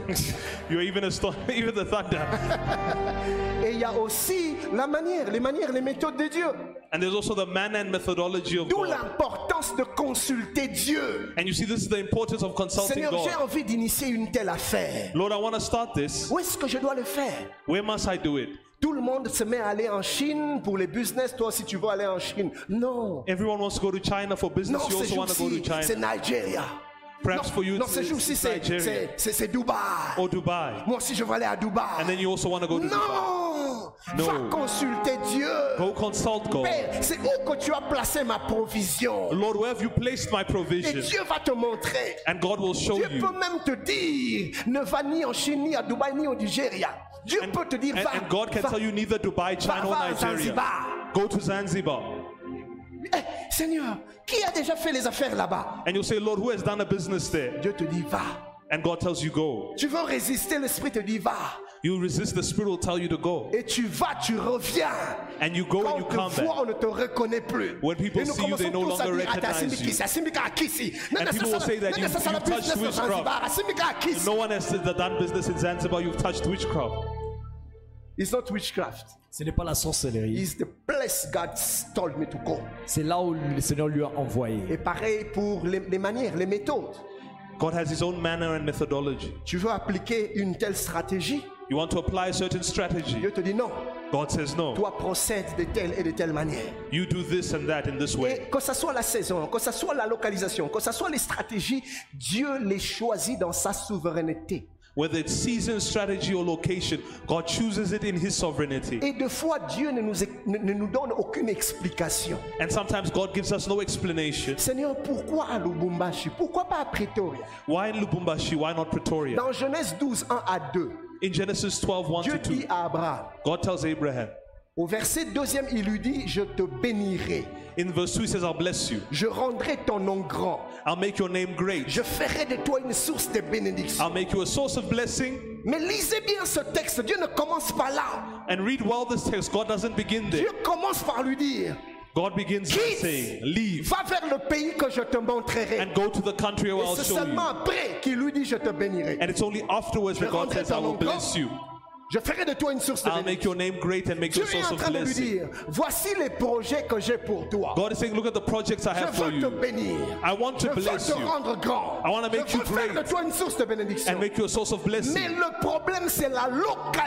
You're even a storm, even the thunder.
Et il y a aussi la manière, les manières, les méthodes de Dieu.
And there's also the man and methodology of
D'où
God.
l'importance de consulter Dieu.
And you see, this is the importance of consulting
Seigneur, j'ai
God.
envie d'initier une telle affaire.
Lord, I want to start this.
Où est-ce que je dois le faire
Where must I do it?
Tout le monde se met à aller en Chine pour les business. Toi aussi, tu veux aller en Chine. Non.
Everyone wants to go to China for
Non,
business. You
ces
also want to go to
jours-ci, c'est
China.
Nigeria.
Perhaps
non,
for you,
non,
it's-
ces jours-ci,
it's
c'est-
Nigeria.
c'est c'est- c'est Dubaï.
Or Dubai.
Moi aussi, je veux aller à Dubaï.
And then you also want to go to Dubai.
non.
No.
Va consulter Dieu.
Go consult God.
Père, c'est où que tu as placé ma provision
Lord, where have you placed my
Et
provision?
Dieu va te montrer.
And God will show
Dieu peut
you.
même te dire, ne va ni en Chine, ni à Dubaï, ni au Nigeria. Dieu
And,
peut te dire,
and-
va,
and God can
va,
tell you neither Dubai,
va,
China, or
va à
Nigeria.
Zanzibar.
Go to Zanzibar.
Eh, Seigneur, qui a déjà fait les affaires là-bas
And you'll say, Lord, who has done a business there?
Dieu te dit, va.
And God tells you, go.
Tu veux résister, l'Esprit te dit, va.
You resist, the Spirit will tell you to go.
Et tu vas, tu reviens.
And you go
Quand
and you
on te
come back.
voit, on ne te reconnaît plus.
When people
Et nous
see you,
commençons
they no
tous à
longer
dire, attends,
recognize
Asimbika,
you.
Asimbika Akisi. Nana
people will
Sasana-
say that
Nana
you-
Sasana
you touch
business de
witchcraft.
Zanzibar, Asimbika Akisi.
No one has done business in Zanzibar. You've touched witchcraft.
It's not witchcraft.
Ce n'est pas la sorcellerie.
It's the place God told me to go.
C'est là où le Seigneur lui a envoyé.
Et pareil pour les, les manières, les méthodes.
God has His own manner and methodology.
Tu veux appliquer une telle stratégie
You want to apply a certain strategy.
Dieu te dit non.
God says, no.
Toi procède de telle et de telle manière.
You do this and that in this
Et
way.
que ce soit la saison, que ce soit la localisation, que ce soit les stratégies, Dieu les choisit dans sa souveraineté.
Whether it's season, strategy, or location, God chooses it in His sovereignty.
Et des fois, Dieu ne nous, ne- ne nous donne aucune explication.
And sometimes God gives us no explanation.
Seigneur, pourquoi à Lubumbashi Pourquoi pas à Pretoria
Why in Lubumbashi? Why not Pretoria?
Dans Genèse 12, 1 à 2,
In Genesis 12, 1
Dieu
to 2,
dit à Abraham,
God tells Abraham.
au verset 2e, il lui dit, je te bénirai,
In verse 2, He says, I'll bless you.
je rendrai ton nom grand,
I'll make your name great.
je ferai de toi une source de bénédiction.
I'll make you a source of blessing.
Mais lisez bien ce texte, Dieu ne commence pas là.
And read well this text. God doesn't begin
Dieu
there.
commence par lui dire,
God begins by
Kids.
saying, Leave
Va vers le pays que je te montrerai.
and go to the country where
Et
I'll
c'est
show you.
seulement après qu'il lui dit Je te bénirai.
And it's only afterwards that God says, I will bless you.
Je ferai de toi une source de
I'll make
bénédiction.
your name great and make you
Dieu
a
est
source
en
of
train de lui
blessing.
dire Voici les projets que j'ai pour toi.
God is saying, Look at the projects I
Je
have for
veux te
you.
bénir.
I want
Je
to
veux
bless
te
you
rendre grand.
I wanna
Je
make you
veux faire
great.
de toi une source de bénédiction.
and make you a source of
Mais
blessing.
le problème, c'est la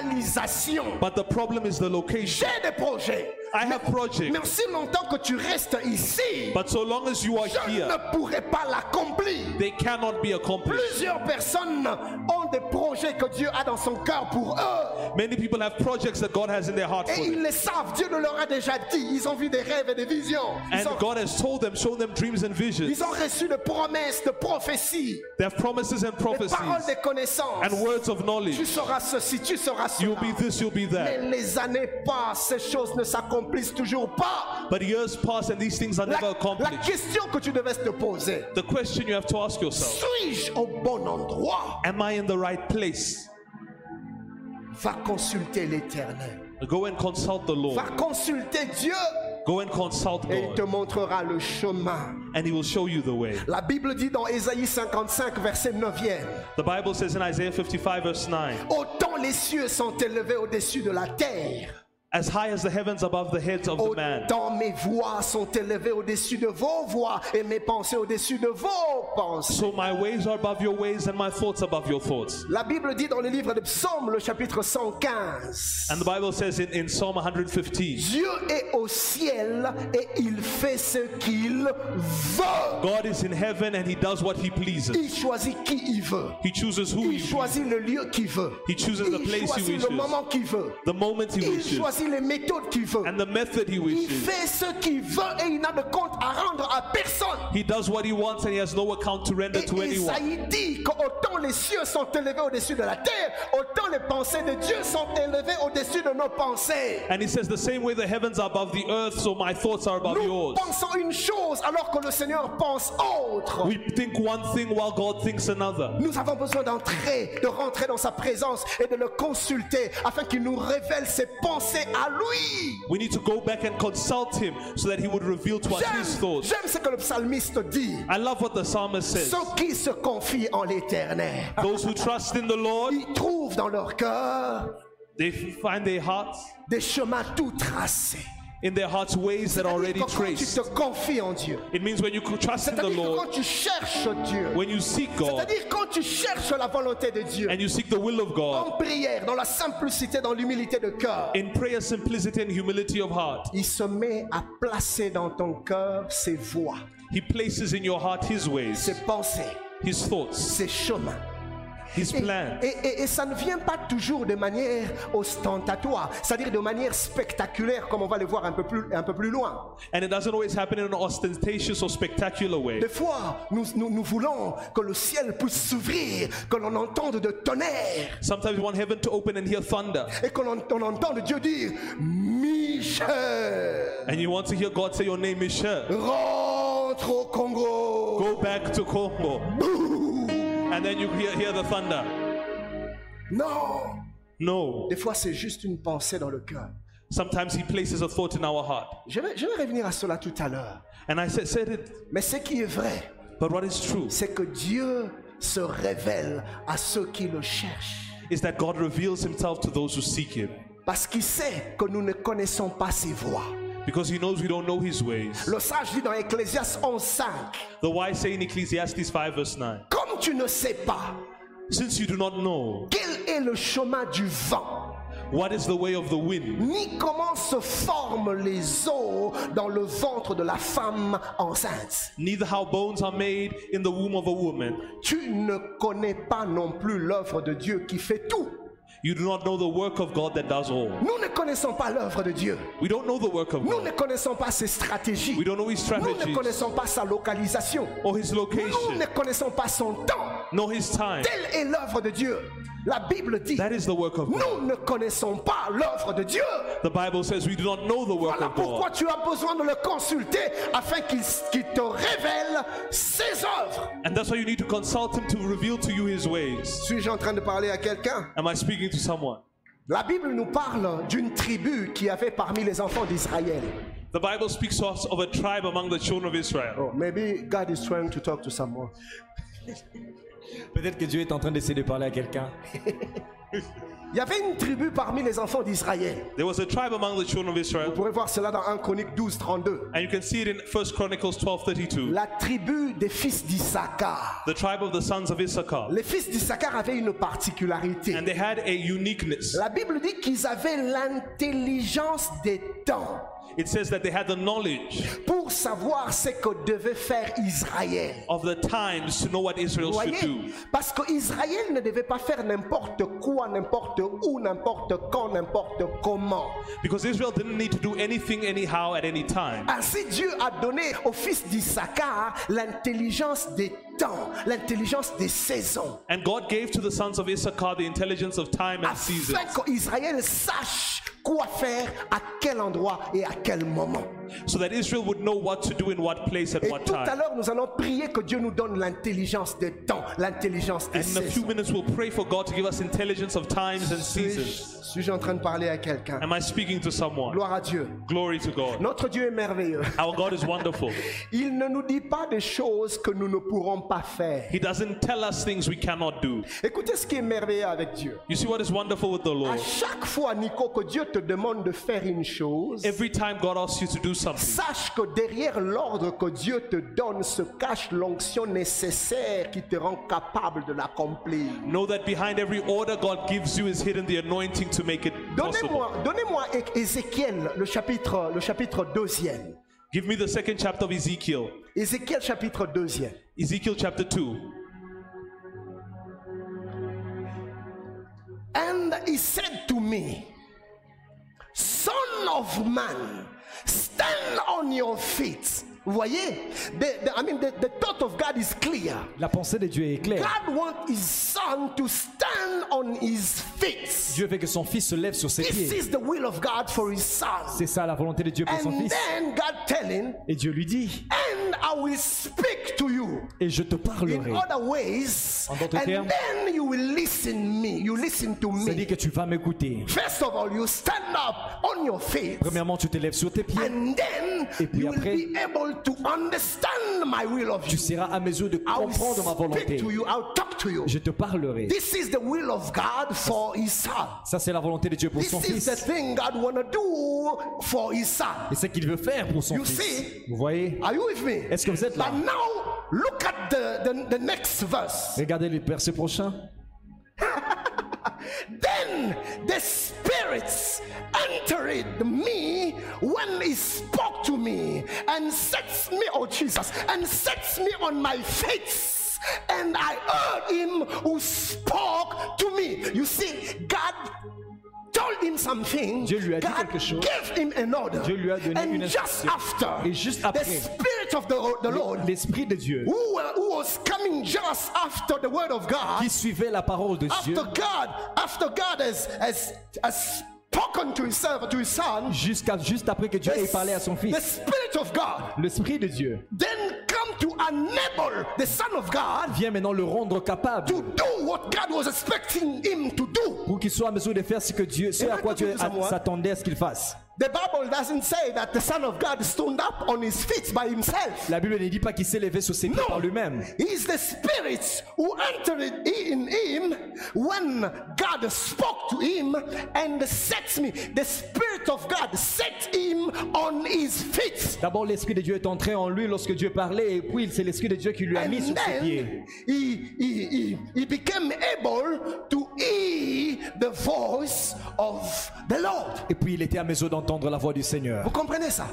localisation.
But the problem is the location.
J'ai des projets.
I have projects,
Mais aussi longtemps que tu restes ici,
but so long as you are
je
here,
ne pourrai pas l'accomplir.
they cannot be accomplished.
Plusieurs personnes ont des projets que Dieu a dans son cœur pour eux.
Many people have projects that God has in their heart for
Et ils
them.
le savent, Dieu le leur a déjà dit. Ils ont vu des rêves et des visions. Ils,
And
ont,
God has told them, shown them dreams and visions.
ils ont reçu de promesses, de prophéties,
They have promises and
des paroles,
prophecies
des connaissances.
and words of
Tu
knowledge.
seras ceci, tu seras cela.
You'll be this, you'll be that.
Mais les années passent, ces choses ne s'accomplissent toujours pas.
But years pass and these things are
La,
never
la
accomplished.
question que tu devais te poser,
The question you have to ask yourself
suis-je au bon endroit
Am I in the right place?
Va consulter l'Éternel.
Go and consult the
Va
Lord.
consulter Dieu
Go and consult
et il te
God.
montrera le chemin.
And He will show you the way.
La Bible dit dans Ésaïe 55, verset 9e,
The Bible says in Isaiah 55, verse 9
Autant les cieux sont élevés au-dessus de la terre,
As high as the heavens above the heads
Oh,
of the man,
autant mes voix sont élevées au-dessus de vos voix et mes pensées au-dessus de vos pensées.
so my ways are above your ways and my thoughts above your thoughts.
La Bible dit dans le livre des Psaumes, le chapitre 115,
And the Bible says in, in Psalm 115
Dieu est au ciel et il fait ce qu'il veut.
God is in heaven and He does what He pleases.
Il choisit qui il veut.
He chooses who
Il
He chooses,
choisit le lieu qu'il veut.
He chooses the place
Il
he
choisit
wishes.
le moment qu'il veut.
the moment He
Il
wishes,
choisit les méthodes qu'il veut.
and the method He
Il
wishes.
fait ce qu'il veut et il n'a de compte à rendre à personne.
He does what He wants and He has no account to render to
Et
anyone.
Isaïe dit qu'autant les cieux sont élevés au-dessus de la terre, autant les pensées de Dieu sont élevées au-dessus de nos pensées.
And He says, The same way the heavens are above the earth, so my thoughts are above
Nous
yours.
pensons une chose alors que le Seigneur pense autre.
We think one thing while God thinks another.
Nous avons besoin d'entrer, de rentrer dans sa présence et de le consulter afin qu'il nous révèle ses pensées à lui.
We need to go back and consult Him so that He would reveal to us His
J'aime,
thoughts.
j'aime ce que le psalmiste dit.
I love what the psalmist says.
Ceux qui se confient en l'éternel,
Those who trust in the Lord,
ils trouvent dans leur cœur
they find their hearts,
des chemins tout tracés.
in their hearts, ways that are already
C'est-à-dire que quand tu
traced.
te confies en Dieu,
It means when you trust in the
c'est-à-dire que
Lord,
quand tu cherches Dieu,
when you seek God,
c'est-à-dire quand tu cherches la volonté de Dieu,
and you seek the will of God,
en prière, dans la simplicité, dans l'humilité de cœur,
in prayer, simplicity, and humility of heart,
il se met à placer dans ton cœur ses voies,
He places in your heart His ways,
ses pensées,
His thoughts,
ses chemins.
His
Et,
plan.
et- et- et ça ne vient pas toujours de manière ostentatoire, c'est-à-dire de manière spectaculaire, comme on va le voir un peu plus, un peu plus loin.
And it doesn't always happen in an ostentatious or spectacular way.
Des fois, nous, nous, nous voulons que le ciel puisse s'ouvrir, que l'on entende de tonnerre,
Sometimes we want heaven to open and hear thunder,
et que l'on on entende Dieu dire Michel,
and you want to hear God say, Your name is Sher.
rentre au Congo.
Go back to Congo.
Bouh.
And then you hear, hear the thunder.
Non.
No.
Des fois, c'est juste une pensée dans le cœur.
Sometimes He places a thought in our heart.
Je vais, je vais revenir à cela tout à l'heure.
And I said, said it,
Mais ce qui est vrai,
but what is true
c'est que Dieu se révèle à ceux qui le cherchent.
is that God reveals Himself to those who seek Him.
Parce qu'il sait que nous ne connaissons pas ses voies.
Because He knows we don't know His ways.
Le sage dit dans Ecclésias 11.5,
The wise say in Ecclesiastes 5, verse 9
comme tu ne sais pas
Since you do not know
quel est le chemin du vent,
what is the way of the wind,
ni comment se forment les os dans le ventre de la femme enceinte,
neither how bones are made in the womb of a woman,
tu ne connais pas non plus l'œuvre de Dieu qui fait tout.
you do not know the work of God that does all.
Nous ne connaissons pas l'œuvre de Dieu.
We don't know the work of
Nous
God.
ne connaissons pas ses stratégies.
We don't know his
Nous ne
strategies
connaissons pas sa localisation.
or his
Nous
location,
ne connaissons pas son temps.
nor his time.
Telle est l'œuvre de Dieu. La Bible dit,
That is the work of God.
nous ne connaissons pas l'œuvre de Dieu.
The Bible says we do not know the work
Voilà
of
pourquoi
God.
tu as besoin de le consulter afin qu'il qu'il te révèle ses œuvres.
And that's why you need to consult him to reveal to you his ways.
Suis-je en train de parler à quelqu'un
Am I speaking to someone?
La Bible nous parle d'une tribu qui avait parmi les enfants d'Israël.
The Bible speaks to us of a tribe among the children of Israel.
Oh, maybe God is trying to talk to someone.
Peut-être que Dieu est en train d'essayer de parler à quelqu'un.
Il y avait une tribu parmi les enfants d'Israël.
There was a tribe among the children of
Vous
Israel,
pourrez voir cela dans 1 Chronique 12, 32.
and you can see it in 1 Chronicles 12:32.
La tribu des fils d'Issachar.
The tribe of the sons of Issachar.
Les fils d'Issachar avaient une particularité.
And they had a uniqueness.
La Bible dit qu'ils avaient l'intelligence des temps
It says that they had the knowledge
pour savoir ce que devait faire Israël.
of the times to know what Israel
Vous
should do.
voyez Parce qu'Israël ne devait pas faire n'importe quoi, n'importe où, n'importe quand, n'importe comment.
Because Israel didn't need to do anything anyhow at any time.
Ainsi, Dieu a donné aux fils d'Issachar l'intelligence des temps, l'intelligence des saisons.
And God gave to the sons of Issachar the intelligence of time and
afin
seasons,
qu'Israël sache quoi faire, à quel endroit et à quel moment.
so that Israel would know what to do in what place at
Et
what
tout à
time.
l'heure, nous allons prier que Dieu nous donne l'intelligence des temps, l'intelligence des
And in a few
saisons.
minutes, we'll pray for God to give us intelligence of times and seasons.
Suis-je suis-je en train de parler à quelqu'un
Am I speaking to someone?
Gloire à Dieu.
Glory to God.
Notre Dieu est merveilleux.
Our God is wonderful.
Il ne nous dit pas des choses que nous ne pourrons pas faire.
He doesn't tell us things we cannot do.
Écoutez ce qui est merveilleux avec Dieu.
You see what is wonderful with the
À
Lord?
chaque fois, Nico, que Dieu te demande de faire une chose,
Every time God asks you to do something,
sache que derrière l'ordre que Dieu te donne se cache l'onction nécessaire qui te rend capable de l'accomplir.
know that behind every order God gives you is hidden the anointing to make it possible.
Donnez-moi, donnez-moi É- Ézéchiel, le chapitre, le chapitre deuxième.
Give me the second chapter of Ezekiel.
Ézéchiel, chapitre deuxième.
Ezekiel chapter 2.
And he said to me, Son of man, stand on your feet. Vous voyez, the, the- I mean, the, the thought of God is clear.
La pensée de Dieu est claire.
God wants his son to stand on his feet.
Dieu veut que son fils se lève sur ses
This
pieds.
is the will of God for his son.
C'est ça la volonté de Dieu pour son
And
fils.
then God tell him,
Et Dieu lui dit,
and I will speak to you
et je te parlerai.
in other ways,
En d'autres termes.
and then you will listen me. You listen to
C'est-à-dire
me.
que tu vas m'écouter.
First of all, you stand up on your feet.
Premièrement, tu te lèves sur tes pieds.
And then
Et puis
you will
après-
be able to understand my will of
Tu
you.
seras à mesure de
I will
comprendre ma
speak
volonté.
to you. I'll talk to you.
Je te parlerai.
This is the will of God for his son.
Ça, c'est la volonté de Dieu pour son
This is
fils.
the thing God wanna do for his son.
Et c'est ce qu'il veut faire pour son
You
fils.
see?
Vous voyez
Are you with me?
Est-ce que vous êtes là?
But now, look at the, the, the next verse.
Regardez le verset prochain.
Then the spirits entered me when he spoke to me and sets me, oh Jesus, and sets me on my feet. And I heard him who spoke to me. You see, God told him something.
Dieu lui a dit
God
quelque chose.
gave him an order.
Dieu lui a donné
and
une
just
instruction.
after,
Et juste
the
après,
spirit of the, the Lord,
L'Esprit de Dieu
who, were- who was coming just after the word of God,
qui suivait la parole de Dieu
after God, after God has, has, has spoken to his servant, to his son,
jusqu'à juste après que Dieu ait parlé à son
the
fils.
Spirit of God
L'Esprit de Dieu
then come to enable the Son of God
vient maintenant le rendre capable
to do what God was expecting him to do.
pour qu'il soit en mesure de faire ce que Dieu, ce à quoi Dieu
Écoute, Samuel.
s'attendait à ce qu'il fasse.
The Bible doesn't say that the Son of God stood up on his feet by himself.
La Bible ne dit pas qu'il s'est levé sur ses pieds par
No,
lui-même.
he's the spirit who entered in him when God spoke to him and set me. The spirit of God set him on his feet.
D'abord, l'Esprit de Dieu est entré en lui lorsque Dieu parlait, et puis c'est l'Esprit de Dieu qui lui a mis sur
And
ses pieds.
then he, he, he, he became able to hear the voice of the Lord.
Et puis il était à mesure d'entendre la voix du Seigneur.
Vous comprenez ça?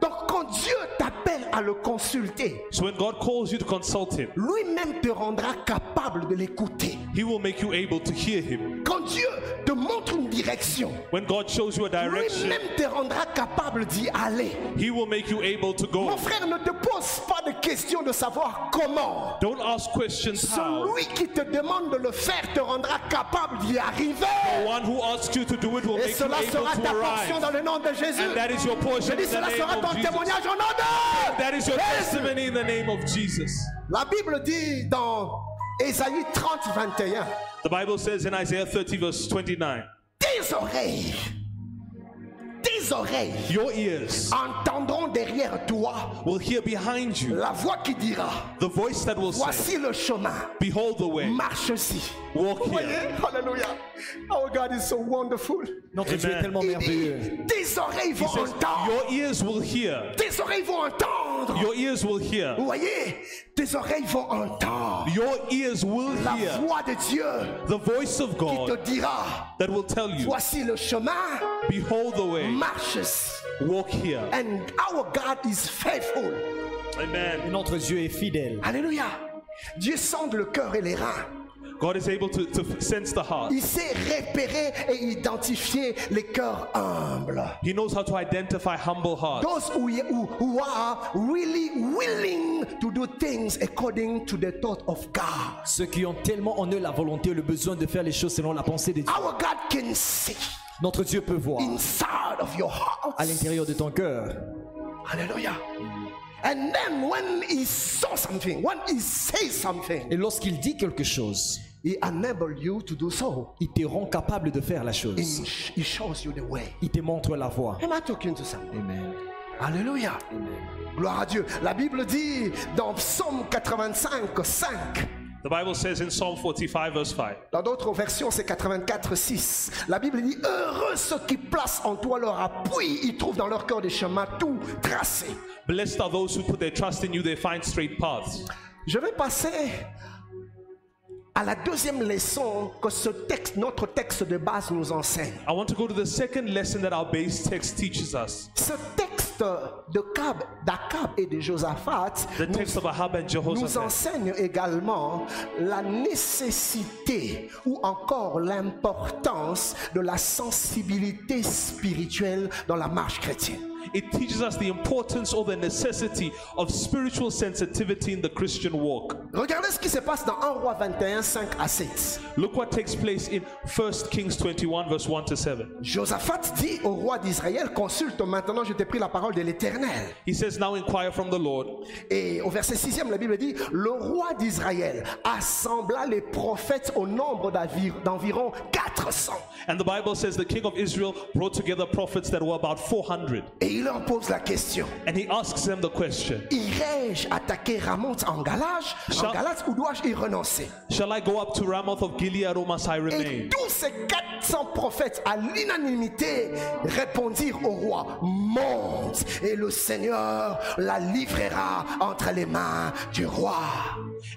Donc quand Dieu t'appelle à le consulter,
So when God calls you to consult Him,
lui-même te rendra capable de l'écouter.
He will make you able to hear Him.
Quand Dieu te montre une direction,
When God shows you a direction,
lui-même te rendra capable d'y aller.
He will make you able to
Mon
go.
frère, ne te pose pas de question de savoir
Ah.
comment.
Don't ask questions how.
Celui qui te demande de le faire te rendra capable d'y arriver.
The one who asks you to do it will
Et
make you
cela
able
sera ta
to
portion
arrive.
dans le nom de Jésus.
And that is your
Je
portion
dis,
in the
cela
name
sera ton
of Jesus.
témoignage au nom de
That is your testimony in the name of Jesus.
La Bible dit dans Ésaïe 30, 21,
The Bible says in Isaiah 30, verse 29,
tes oreilles, tes oreilles
Your ears
entendront derrière toi
will hear behind you
la voix qui dira,
the voice that will say,
voici le chemin,
Behold the way,
marche-y.
walk
Vous voyez?
here.
Alléluia. Oh God is so wonderful.
Notre Dieu est
Amen.
tellement
Il dit,
merveilleux.
tes oreilles vont
Oh, He says,
entendre.
Your ears will hear.
Tes oreilles vont entendre.
Your ears will hear.
Vous voyez? Tes oreilles vont entendre.
Your ears will
La
hear
voix de Dieu
the voice of
te
God
dira
that will tell you,
Voici le chemin,
Behold the way,
marches.
walk here.
And our God is faithful.
Et
Amen.
notre Dieu est fidèle.
Alléluia. Dieu sonde le cœur et les reins.
God is able to, to sense the heart.
Il sait repérer et identifier les cœurs humbles.
He knows how to identify humble hearts.
Those who, who, who are really willing to do things according to the thought of God.
Ceux qui ont tellement en eux la volonté et le besoin de faire les choses selon la pensée de Dieu.
Our God can see.
Notre Dieu peut voir
inside of your heart.
à l'intérieur de ton cœur.
Hallelujah. And then when he saw something, when he says something,
Et lorsqu'il dit quelque chose,
he enables you to do so.
il te rend capable de faire la
He,
chose.
he shows you the way.
Il te montre la voie.
Am I talking to somebody?
Amen.
Alléluia. Gloire à Dieu. La Bible dit dans Psaume 85, 5.
The Bible says in Psalm 45, verse 5.
Dans d'autres versions, c'est 84, 6. La Bible dit Heureux ceux qui placent en toi leur appui. Ils trouvent dans leur cœur des chemins tout tracés.
Blessed are those who put their trust in you, they find straight paths.
Je vais passer à la deuxième leçon que ce texte, notre texte de base nous enseigne.
I want to go to the second lesson that our base text teaches us.
Ce texte de Cab, d'Akab et de Josaphat
The
nous
text of Ahab and
nous
Jehoshaphat
enseigne également la nécessité ou encore l'importance de la sensibilité spirituelle dans la marche chrétienne.
It teaches us the importance or the necessity of spiritual sensitivity in the Christian walk.
Regardez ce qui se passe dans 1 roi 21, 5 à 7.
Look what takes place in 1 Kings 21, verse 1 to 7.
Josaphat dit au roi d'Israël, consulte maintenant, je t'ai pris la parole de l'Éternel.
He says, Now inquire from the Lord.
Et au verset 6, la Bible dit, le roi d'Israël assembla les prophètes au nombre d'envir- d'environ 400.
And the Bible says, The king of Israel brought together prophets that were about 400.
Et il leur pose la question.
And he asks them the question
Irai-je attaquer Ramoth en Galage, en
Ça-
Galate ou dois-je y renoncer
Shall I go up to Ramoth of Gilead or must I
Et
remain?
tous ces 400 prophètes, à l'unanimité, répondirent au roi Monte, et le Seigneur la livrera entre les mains du roi.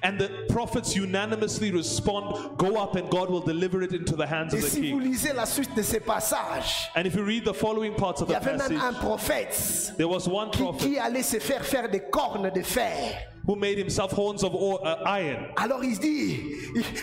And the prophets unanimously respond, Go up and God will deliver it into the hands
Et
of the
si vous
king.
lisez la suite de ces passages,
And if you read the following parts of
il y
the
avait même
passage,
un prophète
there was one
qui,
prophet
qui allait se faire faire des cornes de fer.
who made himself horns of or- uh, iron.
Alors il se dit,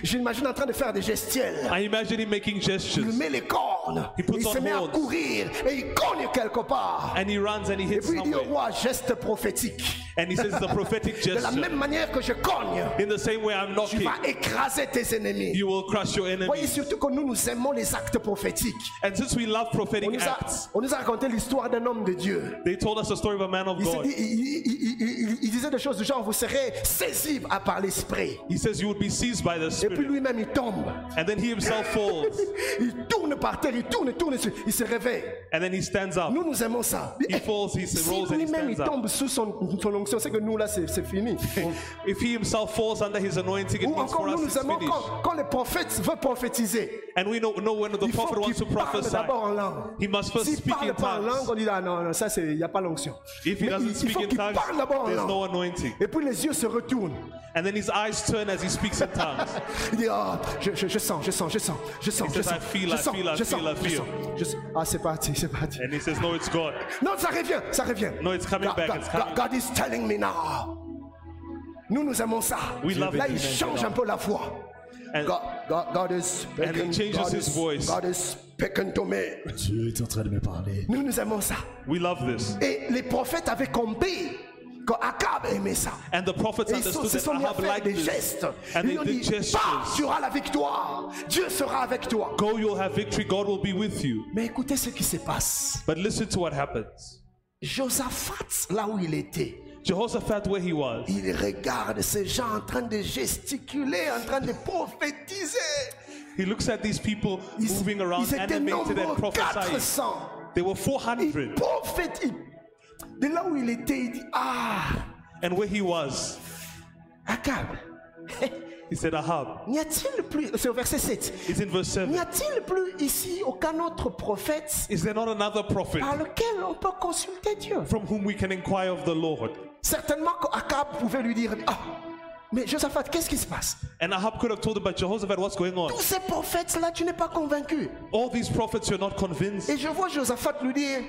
j'imagine en train de faire des gestuels.
I imagine him making
Il
gestures.
met les cornes,
He puts
il se
on
met à
horns.
courir et il cogne quelque part.
And he runs and he
Et
hits
puis il dit au
somewhere.
roi, geste prophétique.
And he says the prophetic
De la
gesture.
même manière que je cogne,
In the same way I'm
tu
knocking,
vas écraser tes ennemis.
you will crush your
Voyez
enemies.
surtout que nous, nous aimons les actes prophétiques.
And since we love
On
prophetic
nous a,
acts,
on nous a raconté l'histoire d'un homme de Dieu.
they told us the story of a man of
Il, s'est
God.
dit- il- il- il- il- il disait des choses du genre, vous serez saisi à par l'esprit.
He says you would be seized by the
Et puis
spirit.
lui-même, il tombe.
And then he himself falls.
Il tourne par terre, il tourne, il tourne, il se- il se réveille.
And then he stands up.
Nous, nous aimons ça.
He falls, he
Si
rolls and he
lui-même, il
stands up.
tombe sous son, son onction, c'est que nous, là, c'est c'est fini.
If he himself falls under his anointing, it
Ou
means
encore,
for
nous,
us
nous
it's
aimons
finished.
quand, quand le prophète veut prophétiser.
And we know, know when the
Il faut
prophet wants to
qu'il parle d'abord en
prophesy.
langue.
He must first
S'il
speak
parle
in
pas en langue,
tongues.
on dit ah non, non, ça c'est, il n'y a pas l'onction.
If he
Mais
doesn't
il, il
speak
faut
in
qu'il
tongues,
parle d'abord en
there's
langue.
no anointing.
Et puis les yeux se retournent.
And then his eyes turn as he speaks in tongues.
Il dit ah, je, je, je sens, je sens, je sens, je sens, je
says,
sens,
I feel,
je
I
sens,
feel, I
je sens,
feel, I
je
feel.
sens, je sens. Ah c'est parti, c'est parti.
And he says, No, it's God.
Non, ça revient, ça revient.
No, it's coming
God,
back,
God,
it's coming
God- God is telling me now. Nous nous aimons ça.
We love
Là
it.
il change un peu la voix.
And
God, God, God is speaking.
And he changes
God
his
is-
voice.
God is speaking to me.
Dieu est en train de me parler.
Nous nous aimons ça.
we love this.
Et les prophètes avaient compris que Akab aimait ça.
And the prophets
Et ils sont-
understood
se
that
sont mis à
Ahab
faire
liked
des
this.
gestes.
And
Ils
they
ont
did
dit, Pars,
gestures.
tu auras la victoire. Dieu sera avec toi.
Go, you'll have victory. God will be with you.
Mais écoutez ce qui se passe.
But listen to what happens.
Josaphat, là où il était,
Jehoshaphat, where he was,
il regarde ces gens en train de gesticuler, en train de prophétiser.
he looks at these people
Ils,
moving around,
ils étaient
animated and
nombreux,
prophesying.
400.
They were
Ils
400.
prophétisent. De là où il était, il dit, ah,
And where he was,
Akab,
he said, Ahab,
n'y a-t-il plus... C'est au verset 7.
it's in verse 7.
N'y a-t-il plus ici aucun autre prophète
Is there not another prophet
par lequel on peut consulter Dieu
from whom we can inquire of the Lord?
Certainement qu'Akab pouvait lui dire Ah, mais Josaphat, qu'est-ce qui se passe
And Ahab could have told him, but Jehoshaphat, what's going on?
Tous ces prophètes-là, tu n'es pas convaincu.
All these prophets, you're not convinced.
Et je vois Josaphat lui dire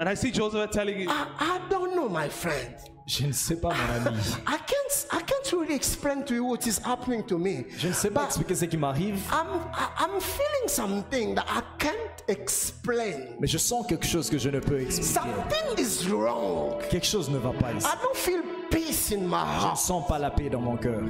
And I see Jehoshaphat telling you,
I, I don't know, my friend.
Je ne sais pas, mon ami.
I can't, I can't really explain to you what is happening to me.
Je ne sais pas
But
expliquer ce qui m'arrive,
I'm, I- I'm feeling something that I can't explain.
mais je sens quelque chose que je ne peux expliquer.
Something is wrong.
Quelque chose ne va pas ici.
I don't feel peace in my
Je ne
heart.
sens pas la paix dans mon cœur.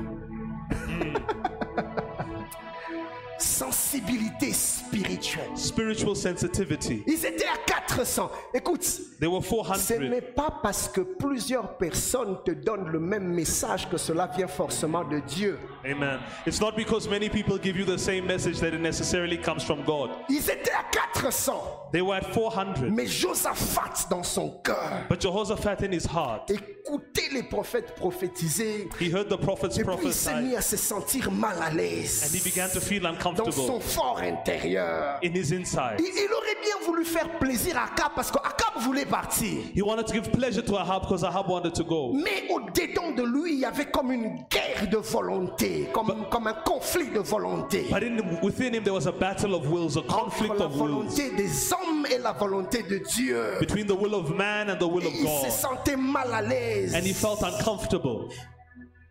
sensibilité spirituelle.
spiritual sensitivity.
Ils étaient à 400. Écoute,
They were
ce n'est
400.
pas parce que plusieurs personnes te donnent le même message que cela vient forcément de Dieu.
Amen. It's not because many people give you the same message that it necessarily comes from God.
Ils étaient à 400.
They were at 400.
Mais Josaphat, dans son cœur,
But Jehoshaphat in his heart,
écoutait les prophètes prophétiser.
he heard the prophets
Et puis il s'est
prophesy
mis à se sentir mal à
and he
l'aise
began to feel
dans son
uncomfortable
fort intérieur.
in his inside.
Il, il aurait bien voulu faire plaisir à Akab parce qu'Akab voulait partir.
He wanted to give pleasure to Ahab because Ahab wanted to go.
Mais au dedans de lui, il y avait comme une guerre de volonté, comme, comme un conflit de volonté.
But in, within him, there was a battle of wills, a
Entre
conflict
la
of wills
volonté des hommes et la volonté de Dieu.
between the will of man and the will
Et
of
il se
God.
sentait mal à
And he
l'aise.
felt uncomfortable.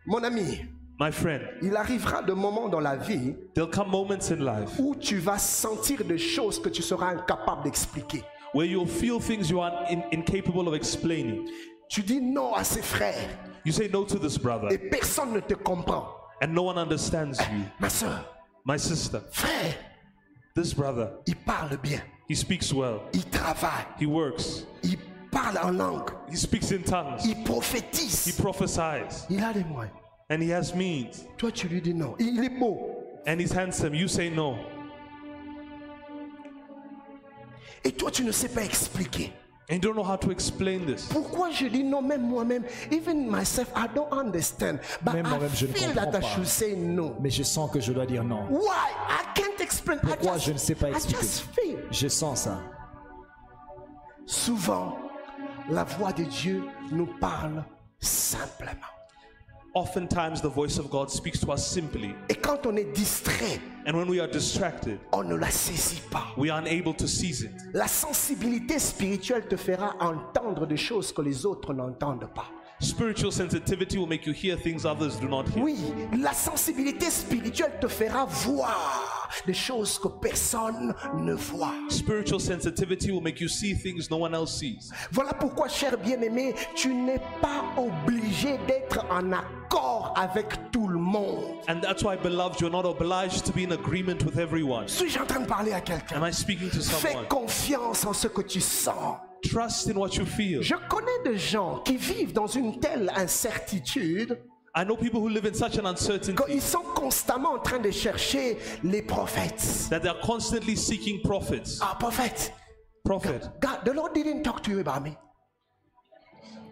Mon ami,
My friend,
il arrivera de moments dans la vie
there'll come moments in life
où tu vas sentir des choses que tu seras incapable d'expliquer.
where you'll feel things you are in, incapable of explaining.
Tu dis non à ses frères
You say no to this
et
brother,
personne ne te comprend.
and no one understands you.
Ma soeur,
My sister,
frère,
this brother,
il parle bien,
he speaks well,
il travaille,
he works,
il parle en langue,
he speaks in tongues,
il prophétise.
he prophesies,
Il a les moyens.
and he has means,
Toi, tu lui dis non. Il est beau.
and he's handsome. You say no,
Et toi, tu ne sais pas expliquer.
and you don't know how to explain this.
Pourquoi je dis non, même moi-même, even myself, I don't understand. But
Même
I
moi-même, je ne
feel
comprends
that I
pas.
should say no.
Mais je sens que je dois dire non.
Why? I can't explain. I
Pourquoi
just-
je ne sais pas
I just
expliquer
feel.
Je sens ça.
Souvent, la voix de Dieu nous parle simplement.
Oftentimes, the voice of God speaks to us simply,
Et quand on est distrait,
and when we are distracted,
on ne la saisit pas.
we are unable to seize it.
La sensibilité spirituelle te fera entendre des choses que les autres n'entendent pas.
Spiritual sensitivity will make you hear things others do not hear.
Oui, la sensibilité spirituelle te fera voir des choses que personne ne voit.
Spiritual sensitivity will make you see things no one else sees.
Voilà pourquoi, cher bien-aimé, tu n'es pas obligé d'être en accord avec tout le monde.
And that's why, beloved, you're not obliged to be in agreement with everyone.
Suis-je en train de parler à
Am
quelqu'un
I speaking to
Fais
someone?
confiance en ce que tu sens.
Trust in what you feel.
Je connais des gens qui vivent dans une telle incertitude
I know people who live in such an uncertainty
qu'ils sont constamment en train de chercher les prophètes.
that they're constantly seeking prophets.
Ah, prophète,
Prophet,
God, the Lord didn't talk to you about me.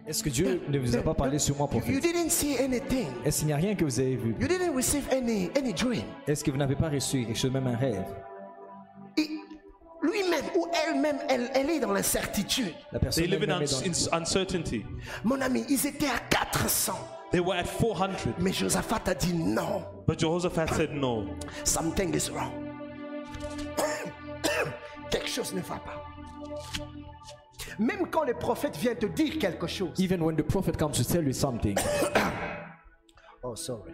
Est-ce que Dieu ne vous a pas parlé sur moi,
You
prophète
didn't see anything.
Est-ce qu'il n'y a rien que vous avez vu
You didn't receive any, any dream.
Est-ce que vous n'avez pas reçu quelque chose, même un rêve
Il- Lui-même ou elle-même, elle, elle est dans l'incertitude.
La personne
they live in,
elle-même
un-
est dans-
in uncertainty.
Mon ami, ils étaient à 400.
They were at 400,
Mais Josaphat a dit non.
but Jehoshaphat said no.
Something is wrong. quelque chose ne va pas. Même quand les prophètes viennent te dire quelque chose.
Even when the prophet comes to tell you something,
Oh, sorry.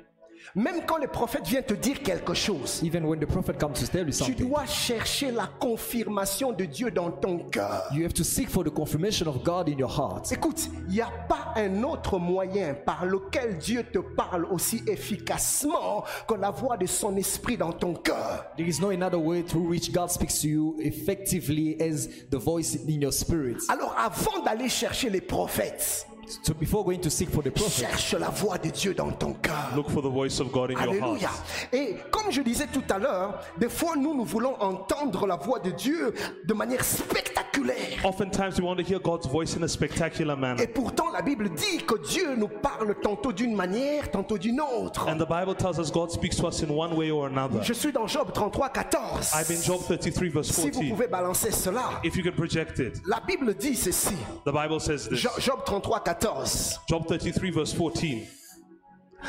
Même quand les prophètes viennent te dire quelque chose.
even when the prophet comes to tell you
Tu
something,
dois chercher la confirmation de Dieu dans ton cœur.
you have to seek for the confirmation of God in your heart.
Écoute, il n'y a pas un autre moyen par lequel Dieu te parle aussi efficacement que la voix de son esprit dans ton cœur.
There is no another way through which God speaks to you effectively as the voice in your spirit.
Alors avant d'aller chercher les prophètes,
So before going to seek for the prophet,
cherche la voix de Dieu dans ton cœur.
Look for the voice of God in your
Alléluia.
heart.
Et comme je disais tout à l'heure, des fois nous, nous voulons entendre la voix de Dieu de manière spectaculaire.
Oftentimes, we want to hear God's voice in a spectacular
Et
manner.
pourtant, la Bible dit que Dieu nous parle tantôt d'une manière, tantôt d'une autre.
And the Bible tells us God speaks to us in one way or another.
Je suis dans Job 33,
I'm in
14.
Job 33, verse
Si vous
14.
pouvez balancer cela,
If you can project it,
La Bible dit ceci,
the Bible says this.
Jo- Job 33, 14.
Job 33, verse 14.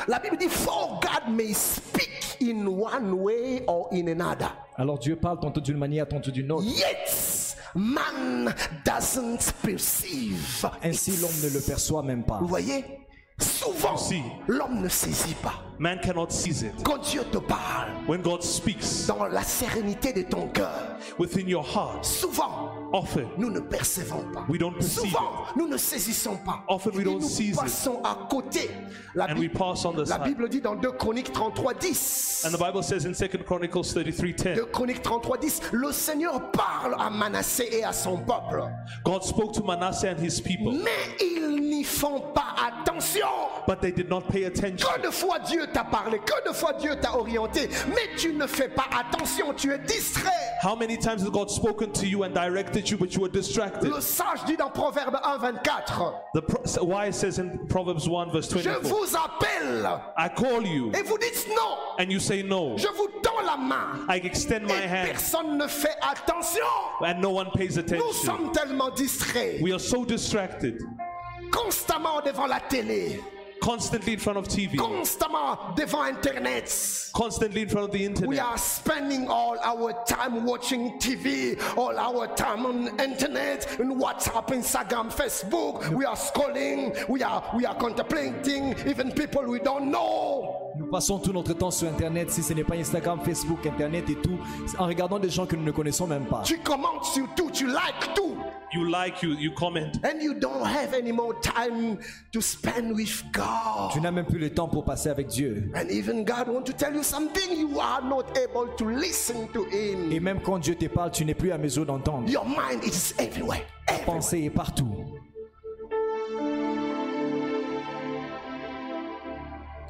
La Bible dit, For God may speak in one way or in another.
alors Dieu parle tantôt d'une manière, tantôt d'une autre.
Yet man doesn't perceive.
Ainsi l'homme ne le perçoit même pas.
Vous voyez Souvent,
Si.
l'homme ne saisit pas.
Man cannot seize it.
Quand Dieu te parle
When God speaks
dans la sérénité de ton cœur,
within your heart,
souvent
often
nous ne percevons pas.
We don't perceive
souvent nous ne saisissons pas.
Often we
Et
don't
nous
seize it.
passons à côté. La,
and we
Bible,
pass on the
la
side.
Bible dit dans 2 Chroniques 33, 10.
And the Bible says in 2 Chronicles
De
33:10,
Chroniques 33, 10, le Seigneur parle à Manassé et à son peuple,
God spoke to Manasseh and his people,
mais ils n'y font pas attention.
but they did not pay attention.
Que de fois Dieu t'a parlé, que de fois Dieu t'a orienté, mais tu ne fais pas attention, tu es distrait.
How many times has God spoken to you and directed you, but you were distracted?
Le sage dit dans Proverbe 1, 24,
The pro- wise says in Proverbs 1, verse
je
24,
vous appelle
I call you,
et vous dites non,
and you say no.
je vous tends la main
I extend my
et
hand,
personne ne fait attention.
and no one pays
Nous
attention.
sommes tellement distraits,
We are so distracted,
constamment devant la télé,
constantly in front of TV,
constamment devant Internet.
constantly in front of the
We
internet.
are spending all our time watching TV, all our time on internet, in WhatsApp, Instagram, Facebook. We are scrolling, we are we are contemplating even people we don't know.
Nous passons tout notre temps sur Internet, si ce n'est pas Instagram, Facebook, Internet et tout, en regardant des gens que nous ne connaissons même pas.
Tu commentes sur tout, tu likes tout,
You like, you, you comment.
and you don't have any more time to spend with
Tu
God.
n'as même plus le temps pour passer avec Dieu.
And even God wants to tell you something you are not able to listen to Him.
Et même quand Dieu te parle, tu n'es plus à mesure d'entendre.
Your mind is everywhere.
La
everywhere.
pensée est partout.